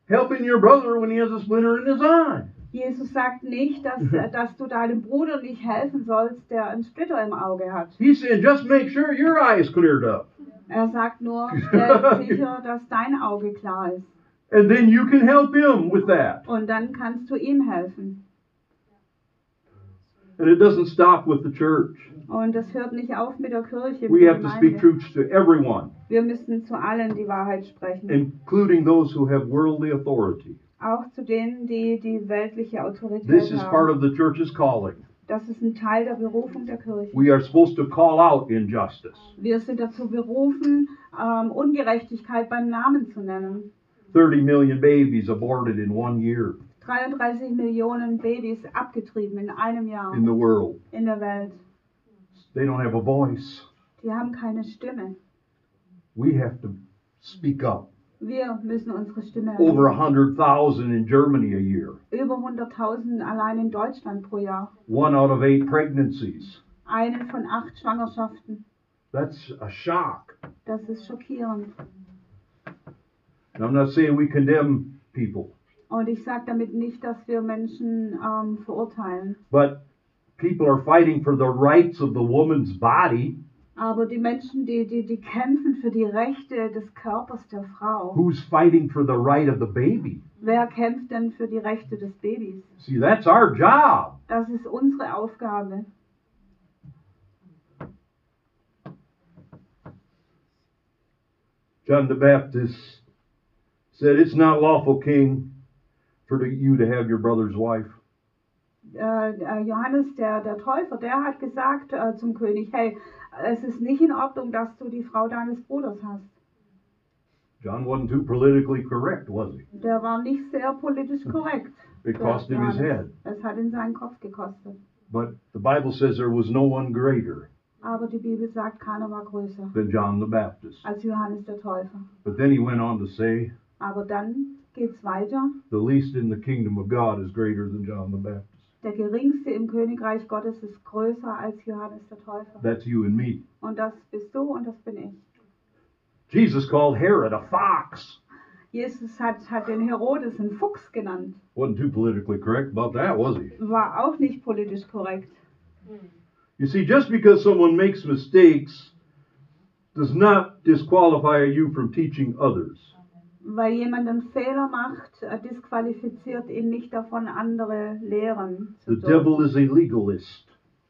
helping your brother when he has a splinter in his eye. Jesus sagt nicht, dass, äh, dass du deinem Bruder nicht helfen sollst, der einen Splitter im Auge hat. He's saying just make sure your eye is cleared up, Er sagt nur, stell sicher, dass dein Auge klar ist. and then you can help him with that. Und dann kannst du ihm helfen. And it doesn't stop with the church. Und das hört nicht auf mit der Kirche. mit We der have to speak Gemeinde. truth to everyone, Wir müssen zu allen die Wahrheit sprechen. including those who have worldly authority. auch zu denen, die die weltliche Autorität This is haben. part of the church's calling. das ist ein Teil der Berufung der Kirche. We are supposed to call out injustice. Wir sind dazu berufen, ähm, Ungerechtigkeit beim Namen zu nennen. 30 million babies aborted in one year 33 Millionen Babys abgetrieben in einem Jahr in the world. in der Welt. They don't have a voice. Die haben keine Stimme. We have to speak up. Wir müssen unsere Stimme Over erheben. 100,000 in Germany a year. Über 100.000 allein in Deutschland pro Jahr. One out of eight pregnancies. Eine von acht Schwangerschaften. That's a shock. Das ist schockierend. And I'm not saying we condemn people, Und ich sage damit nicht, dass wir Menschen ähm, verurteilen. but people are fighting for the rights of the woman's body. Aber die Menschen, die, die, die kämpfen für die Rechte des Körpers der Frau. Who's fighting for the right of the baby? Wer kämpft denn für die Rechte des Babys? See, that's our job. Das ist unsere Aufgabe. John the Baptist said, It's not lawful, King, for you to have your brother's wife. Äh, äh, Johannes der, der Täufer, der hat gesagt äh, zum König, hey, es ist nicht in Ordnung, dass du die Frau deines Bruders hast. John wasn't too politically correct, was he? Der war nicht sehr politisch korrekt. It cost him his head. Es hat ihn seinen Kopf gekostet. But the Bible says there was no one greater Aber die Bibel sagt, keiner war größer than John the Baptist. als Johannes der Täufer. But then he went on to say, Aber dann geht's weiter. The least in the kingdom of God is greater than John the Baptist. Der Geringste im Königreich Gottes ist größer als Johannes der Täufer. That's you and me. Und das bist du und das bin ich. Jesus called Herod a fox. Jesus hat, hat den Herodes einen Fuchs genannt. Wasn't too politically correct about that, was he? War auch nicht politisch korrekt. You see, just because someone makes mistakes does not disqualify you from teaching others. Weil jemand einen Fehler macht, äh, disqualifiziert ihn nicht davon, andere lehren zu The dürfen. devil is a legalist.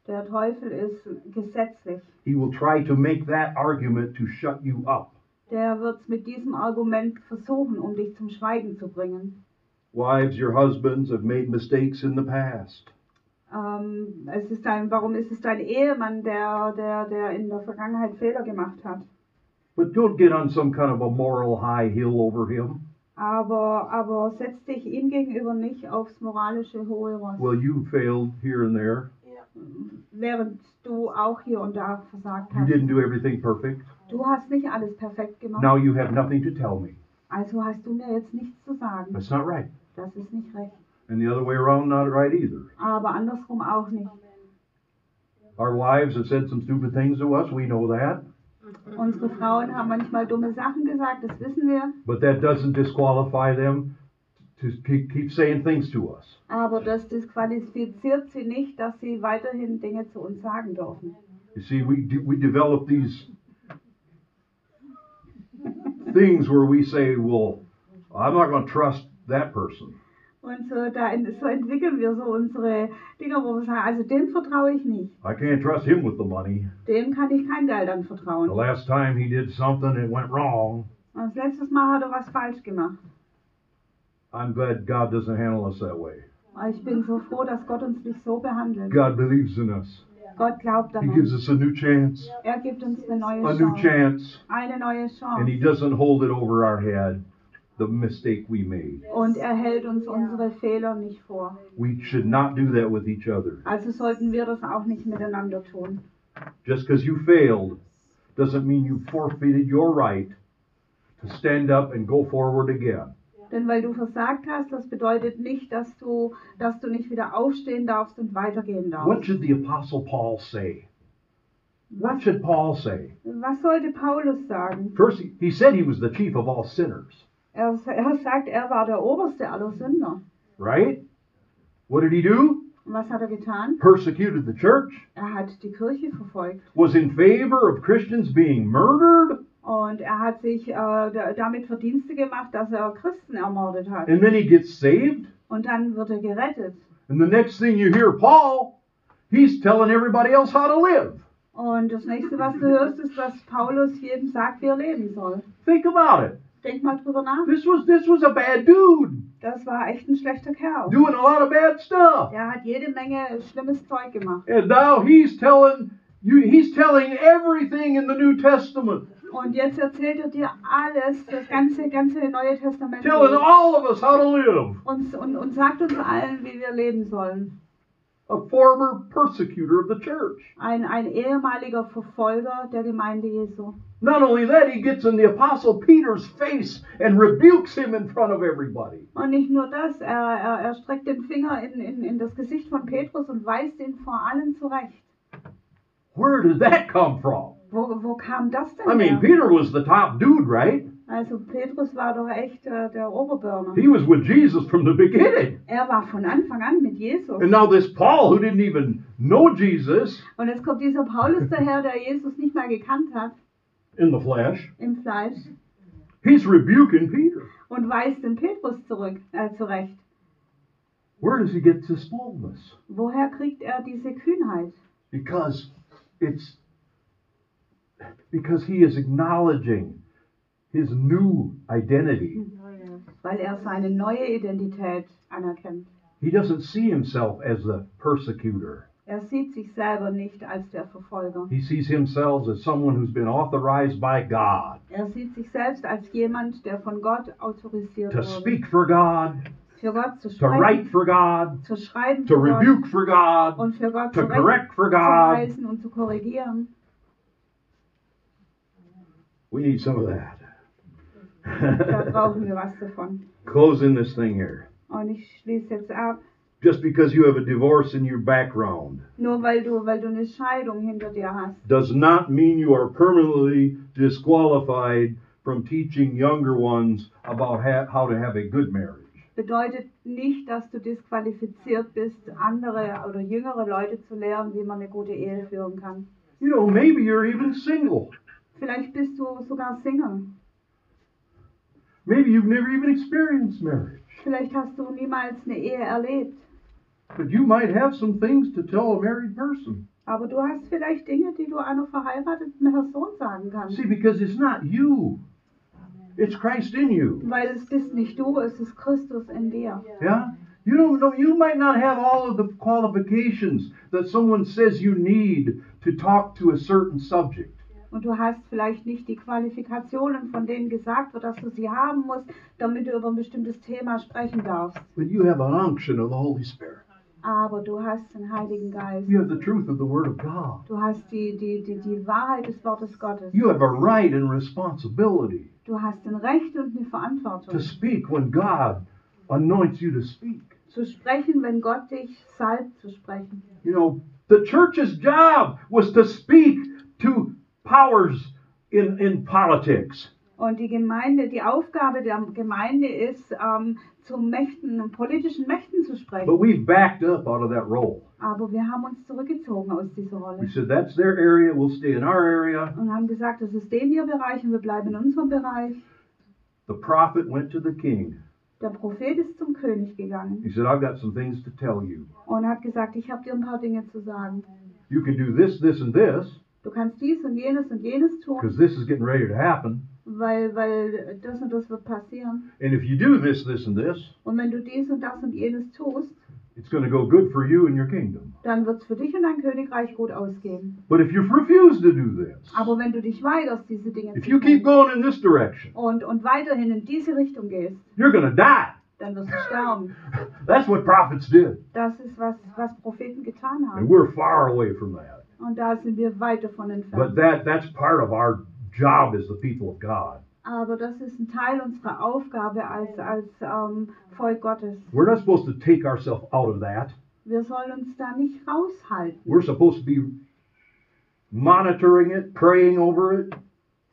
Der Teufel ist gesetzlich. He will try to make that argument to shut you up. Der wird es mit diesem Argument versuchen, um dich zum Schweigen zu bringen. Wives, your husbands have made mistakes in the past. Ähm, es ist dein, warum ist es dein Ehemann, der, der, der in der Vergangenheit Fehler gemacht hat? But don't get on some kind of a moral high hill over him. Aber, aber setz dich ihm gegenüber nicht aufs moralische hohe Ross, Well, you failed here and there. während du auch hier und da versagt You hast. didn't do everything perfect. Du hast nicht alles perfekt gemacht, Now you have nothing to tell me. also hast du mir jetzt nichts zu sagen. That's not right. Das ist nicht recht. And the other way around, not right either. Aber andersrum auch nicht. Our wives have said some stupid things to us. We know that. Unsere Frauen haben manchmal dumme Sachen gesagt, das wissen wir. But that doesn't disqualify them to keep, keep saying things to us. Aber das disqualifiziert sie nicht, dass sie weiterhin Dinge zu uns sagen dürfen. You see, we, de- we develop these things where we say, well, I'm not going to trust that person. Und so, da ent- so entwickeln wir so unsere Dinge, wo wir sagen, also dem vertraue ich nicht. I can't trust him with the money. Dem kann ich kein Geld anvertrauen. The last time he did something that went wrong, Und das letztes Mal hat er was falsch gemacht. I'm glad God doesn't handle us that way. Aber Ich bin so froh, dass Gott uns nicht so behandelt. God believes in us. Gott glaubt He an gives uns. us a new chance, Er gibt uns eine neue a new Chance. chance, Eine neue and He Chance. doesn't hold it over our head, the mistake we made. Und er hält uns unsere Fehler nicht vor. We should not do that with each other. Also sollten wir das auch nicht miteinander tun. Just because you failed doesn't mean you forfeited your right to stand up and go forward again. Denn weil du versagt hast, das bedeutet nicht, dass du, dass du nicht wieder aufstehen darfst und weitergehen What darfst. should the Apostle Paul say? What should Paul say? Was sollte Paulus sagen? First, he- he said he was the chief of all sinners, Er, er *laughs* sagt, er war der Oberste aller Sünder. right? What did he do? Und was hat er getan? Persecuted the church, Er hat die Kirche verfolgt. was in favor of Christians being murdered, Und er hat sich äh, da- damit Verdienste gemacht, dass er Christen ermordet hat. and then he gets saved. Und dann wird er gerettet. And the next thing you hear, Paul, he's telling everybody else how to live. Und das nächste, was du hörst, ist, dass Paulus jedem sagt, wie er leben soll. Think about it. Denk mal drüber nach. This was this was a bad dude Das war echt ein schlechter Kerl. doing a lot of bad stuff. Er hat jede Menge schlimmes Zeug gemacht. And now he's telling you he's telling everything in the New Testament, Und jetzt erzählt er dir alles, das ganze, ganze Neue Testament. telling all of us how to live. Und, und, und sagt uns allen, wie wir leben sollen. A former persecutor of the church. Ein, ein ehemaliger Verfolger der Gemeinde Jesu. Not only that, he gets in the apostle Peter's face and rebukes him in front of everybody. Und nicht nur das, er, er, er streckt den Finger in, in, in das Gesicht von Petrus und weist ihn vor allen zurecht. Where did that come from? Wo, wo kam das denn I mean, her? Peter was the top dude, right? Also Petrus war doch echt äh, der Oberbürner. He was with Jesus from the beginning. Er war von Anfang an mit Jesus. And now this Paul, who didn't even know Jesus Und jetzt kommt dieser Paulus daher, der Jesus nicht mal gekannt hat in the flesh, im Fleisch he's rebuking Peter. und weist den Petrus zurück, äh, zurecht. Where does he get this boldness? Woher kriegt er diese Kühnheit? Because it's because he is acknowledging his new identity. Weil er seine neue Identität anerkennt. He doesn't see himself as the persecutor. Er sieht sich selber nicht als der Verfolger. He sees himself as someone who's been authorized by God Er sieht sich selbst als jemand, der von Gott autorisiert to wurde, speak for God, für Gott zu to write sprechen, for God, zu schreiben to für Gott rebuke for God, und für Gott to correct for God. zurechtzuweisen und zu korrigieren. We need some of *laughs* Da that. brauchen wir was davon. Closing this thing here. Und ich schließe jetzt ab. Just because you have a divorce in your background Nur weil du, weil du eine Scheidung hinter dir hast, does not mean you are permanently disqualified from teaching younger ones about ha- how to have a good marriage. bedeutet nicht, dass du disqualifiziert bist, andere oder jüngere Leute zu lehren, wie man eine gute Ehe führen kann. You know, maybe you're even single. Vielleicht bist du sogar Single. Maybe you've never even experienced marriage. Vielleicht hast du niemals eine Ehe erlebt. But you might have some things to tell a married person. Aber du hast vielleicht Dinge, die du einer verheirateten Person sagen kannst. See, because it's not you, it's Christ in you. Weil es bist nicht du, es ist Christus in dir. Yeah? You don't know, you might not have all of the qualifications that someone says you need to talk to a certain subject. Und du hast vielleicht nicht die Qualifikationen, von denen gesagt wird, dass du sie haben musst, damit du über ein bestimmtes Thema sprechen darfst. But you have an unction of the Holy Spirit. Aber du hast den Heiligen Geist. You have the truth of the Word of God. Du hast die, die, die, die Wahrheit des Wortes Gottes. You have a right and responsibility Du hast ein Recht und eine to Verantwortung. speak when God anoints you to speak. Zu sprechen, wenn Gott dich salbt, zu sprechen. You know, the church's job was to speak to powers in, in politics. Und die Gemeinde, die Aufgabe der Gemeinde ist, ähm, zu Mächten, politischen Mächten zu But sprechen. we've backed up out of that role. Aber wir haben uns zurückgezogen aus dieser We Rolle said that's their area, we'll stay in our area. und haben gesagt, das ist dem ihr Bereich und wir bleiben in unserem Bereich. The prophet went to the king. Der Prophet ist zum König gegangen He said, I've got some things to tell you. und hat gesagt, ich habe dir ein paar Dinge zu sagen. You can do this, this, and this, Du kannst dies und jenes und jenes tun, because this is getting ready to happen. weil, weil das und das wird passieren. And if you do this, this, and this, Und wenn du dies und das und jenes tust, it's going to go good for you and your kingdom. dann wird es für dich und dein Königreich gut ausgehen. But if you refuse to do this, Aber wenn du dich weigerst, diese Dinge if zu you keep tun going in this direction, und, und weiterhin in diese Richtung gehst, you're going to die. *laughs* dann wirst du sterben. That's what prophets did. Das ist, was, was Propheten getan And haben. we're far away from that. Und da sind wir weit davon But entfernt. that that's part of our job as the people of God. Aber das ist ein Teil unserer Aufgabe als, als ähm, Volk Gottes. We're not supposed to take ourselves out of that. Wir sollen uns da nicht raushalten, We're supposed to be monitoring it, praying over it.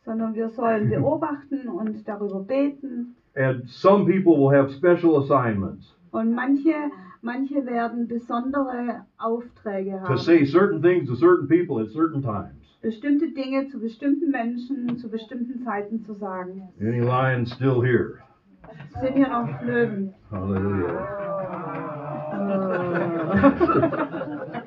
sondern wir sollen beobachten und darüber beten. And some people will have special assignments Und manche, manche werden besondere Aufträge to haben. say certain things to certain people at certain times. Bestimmte Dinge zu bestimmten Menschen zu bestimmten Zeiten zu sagen. Any lions still here? Sind hier noch Löwen? Oh. *laughs* Hallelujah.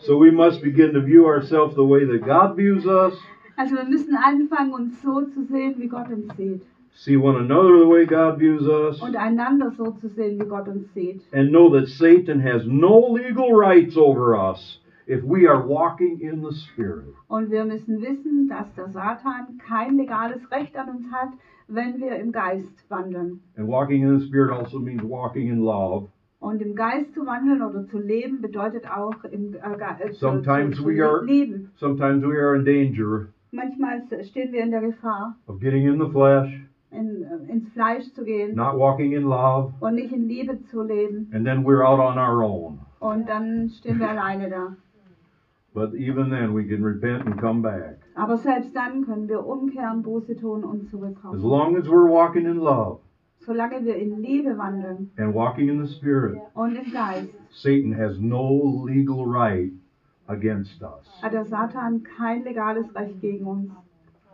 so we must begin to view ourselves the way that God views us, Also wir müssen anfangen, uns so zu sehen, wie Gott uns sieht. see one another the way God views us, Und einander so zu sehen, wie Gott uns sieht. and know that Satan has no legal rights over us if we are walking in the Spirit. Und wir müssen wissen, dass der Satan kein legales Recht an uns hat, wenn wir im Geist wandeln. And walking in the Spirit also means walking in love. Und im Geist zu wandeln oder zu leben bedeutet auch im äh, Ge- äh, zu, Sometimes zu, zu we are- leben. Sometimes we are in danger Manchmal stehen wir in der Gefahr, of getting in the flesh, in, äh, ins Fleisch zu gehen not walking in love, und nicht in Liebe zu leben. and then we're out on our own. Und dann stehen wir alleine da. But even then, we can repent and come back. Aber selbst dann können wir umkehren, Buße tun und As zurückkommen. long as we're walking in love Solange wir in Liebe wandeln and walking in the Spirit, und im Geist, Satan has no legal right against us. hat der Satan kein legales Recht gegen uns.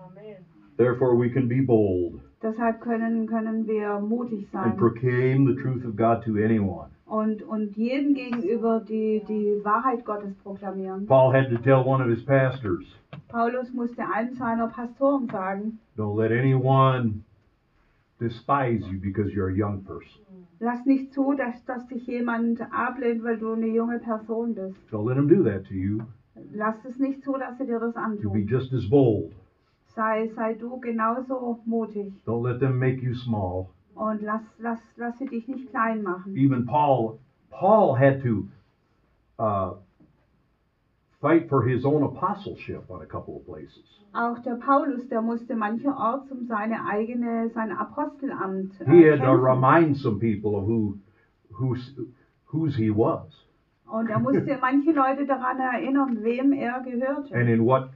Amen. Therefore, we can be bold Deshalb können, können wir mutig and sein proclaim the truth of God to anyone. und, und jedem gegenüber die, die Wahrheit Gottes proklamieren. Paul had to tell one of his pastors, Paulus musste einem seiner Pastoren sagen, Don't let anyone despise you because you're a young person. lass nicht zu, dass, dass dich jemand ablehnt, weil du eine junge Person bist. Don't let him do that to you. Lass es nicht zu, dass sie dir das You'll be antun. just as bold. Sei, sei du genauso mutig Don't let them make you small. und lass, lass, lass sie dich nicht klein machen. Even Paul, Paul had to uh, fight for his own apostleship on a couple of places. Auch der Paulus, der musste mancherorts um seine eigene, sein Apostelamt äh, He had to kämpfen. remind some people of who, who's, whose he was Und er musste manche Leute daran erinnern, wem er gehörte and in what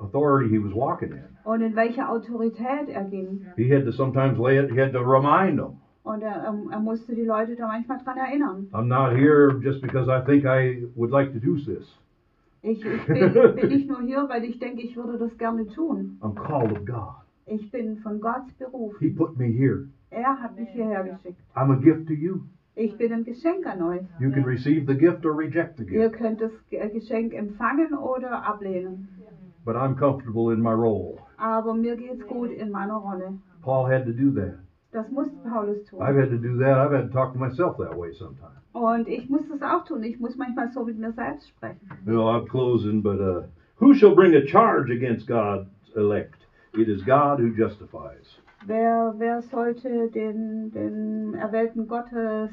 authority he was walking in. und in welche Autorität er ging. He had to sometimes lay it, he had to remind them. Und er, ähm, er, er musste die Leute da manchmal daran erinnern. I'm not here just because I think I would like to do this. Ich, ich, bin, ich bin nicht nur hier, weil ich denke, ich würde das gerne tun. I'm called of God. Ich bin von Gott berufen. He put me here. Er hat mich hierher geschickt. I'm a gift to you. Ich bin ein Geschenk an euch. You can receive the gift or reject the Ihr gift. könnt das Ge- Geschenk empfangen oder ablehnen. But I'm comfortable in my role. Aber mir geht's gut in meiner Rolle. Paul had to do that. Das muss Paulus I've tun. had to do that. I've had to talk to myself that way sometimes. Und ich muss das auch tun. Ich muss manchmal so mit mir selbst sprechen. No, I'm closing, but uh, who shall bring a charge against God's elect? It is God who justifies. Wer, wer sollte den, den Erwählten Gottes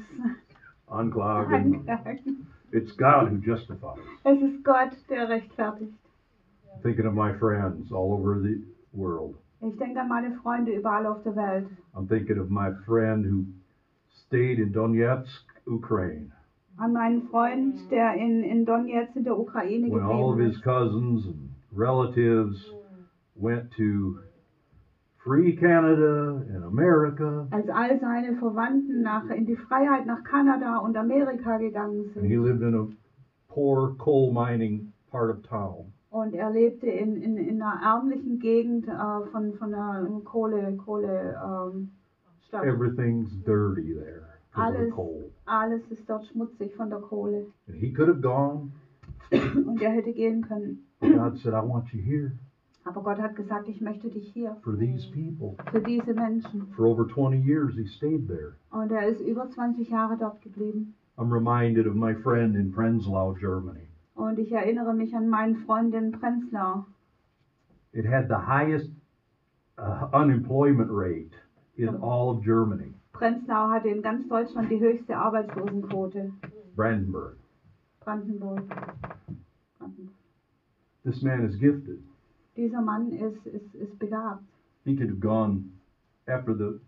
*laughs* Anklagen. anklagen? It's God who justifies. Es ist Gott, der rechtfertigt. Thinking of my friends all over the world. Ich denke an meine Freunde überall auf der Welt. I'm thinking of my friend who stayed in Donetsk, Ukraine, An meinen Freund, der in, in Donetsk in der Ukraine when all of geblieben his ist. cousins and relatives went to free Canada and America, Als all seine Verwandten nach, in die Freiheit nach Kanada und Amerika gegangen and he sind. lived in a poor coal mining part of town. Und er lebte in, in, in einer ärmlichen Gegend äh, von, von einer Kohle, Kohle, ähm, Stadt. Everything's dirty there because of the Alles, coal. alles ist dort schmutzig von der Kohle. And he could have gone. Und er hätte gehen können. but God said, I want you here Aber Gott hat gesagt, ich möchte dich hier for these people. für diese Menschen. For over 20 years, he stayed there. Und er ist über 20 Jahre dort geblieben. I'm reminded of my friend in Prenzlau, Germany. Und ich erinnere mich an meinen Freund in Prenzlau. It had the highest uh, unemployment rate in all of Germany, Prenzlau hatte in ganz Deutschland die höchste Arbeitslosenquote. Brandenburg. Brandenburg. Brandenburg. This man is gifted. Dieser Mann ist, ist, ist begabt. He could have gone after the.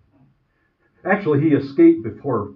Actually, he escaped before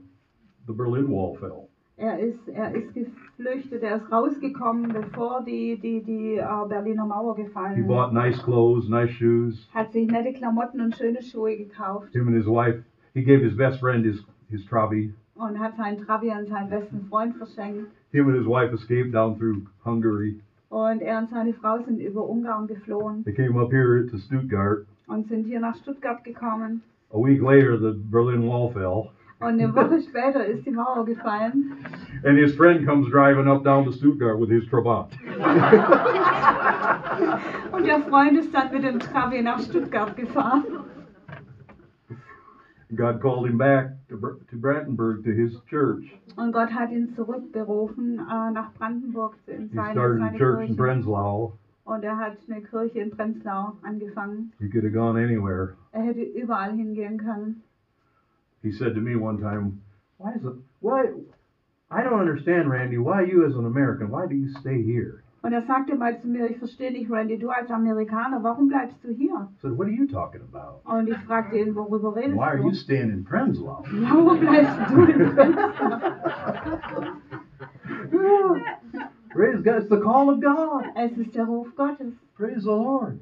the Berlin Wall fell. Er ist, er ist geflüchtet, er ist rausgekommen, bevor die, die, die äh, Berliner Mauer He gefallen ist. bought nice clothes, nice shoes. Hat sich nette Klamotten und schöne Schuhe gekauft Him and his wife. He gave his best friend his his trabi. und hat seinen Trabi an seinen besten Freund verschenkt. Him and his wife escaped down through Hungary. Und er und seine Frau sind über Ungarn geflohen They came up here to Stuttgart. und sind hier nach Stuttgart gekommen. A week later, the Berlin Wall fell, Und *laughs* eine Woche später ist die Mauer gefallen. and his friend comes driving up down to Stuttgart with his Trabant. Und der Freund ist dann mit dem Trabi nach Stuttgart gefahren. God called him back to, Br- to Brandenburg to his church. Und Gott hat ihn zurückberufen äh, nach Brandenburg in He seine, started seine a church in Kirche. Prenzlau. Und er hat eine Kirche in Prenzlau angefangen. He could have gone anywhere. Er hätte überall hingehen können. He said to me one time, "Why is it? Why? I don't understand, Randy. Why you as an American? Why do you stay here?" Und er sagte mal zu mir, ich verstehe nicht, Randy, du als Amerikaner, warum bleibst du hier? I said, "What are you talking about? Und ich fragte ihn, worüber redest Why are du? you staying in Prenzlau?" Warum bleibst du in Prenzlau? Yeah. *laughs* Praise God. It's the call of God. Es ist der Ruf Gottes. Praise the Lord.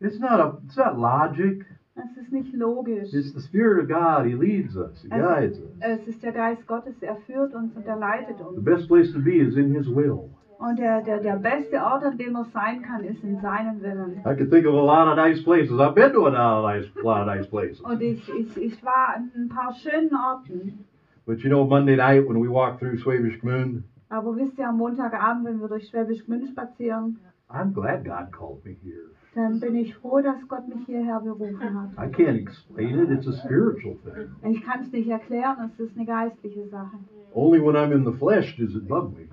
It's not a it's not logic. Es ist nicht logisch. It's the Spirit of God. He leads us. He guides Es, us. es ist der Geist Gottes, er führt uns und er leitet The uns. best place to be is in His will. Und der, der, der beste Ort, an dem er sein kann, ist in seinem Willen. I can think of a lot of nice places. I've been to a lot of nice, lot of nice places. Und ich, ich, ich war an ein paar schönen Orten. But you know, Monday night when we walked through Swabish Gmünd, Aber wisst ihr, am Montagabend, wenn wir durch Schwäbisch Gmünd spazieren, I'm glad God called me here. dann bin ich froh, dass Gott mich hierher berufen hat. I can't explain it. It's a spiritual thing. Ich kann es nicht erklären, es ist eine geistliche Sache. Only when I'm in the flesh does it love me.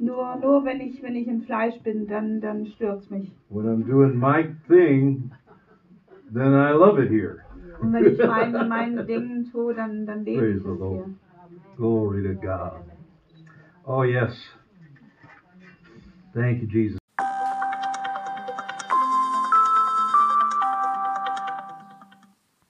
Nur, nur wenn, ich, wenn ich im Fleisch bin, dann, dann stürzt mich. When I'm doing my thing, then I love it here. Und wenn ich meine, meine Dinge tue, dann, dann lebe Praise ich es the Lord. hier. Glory to God. Oh, yes. Thank you, Jesus.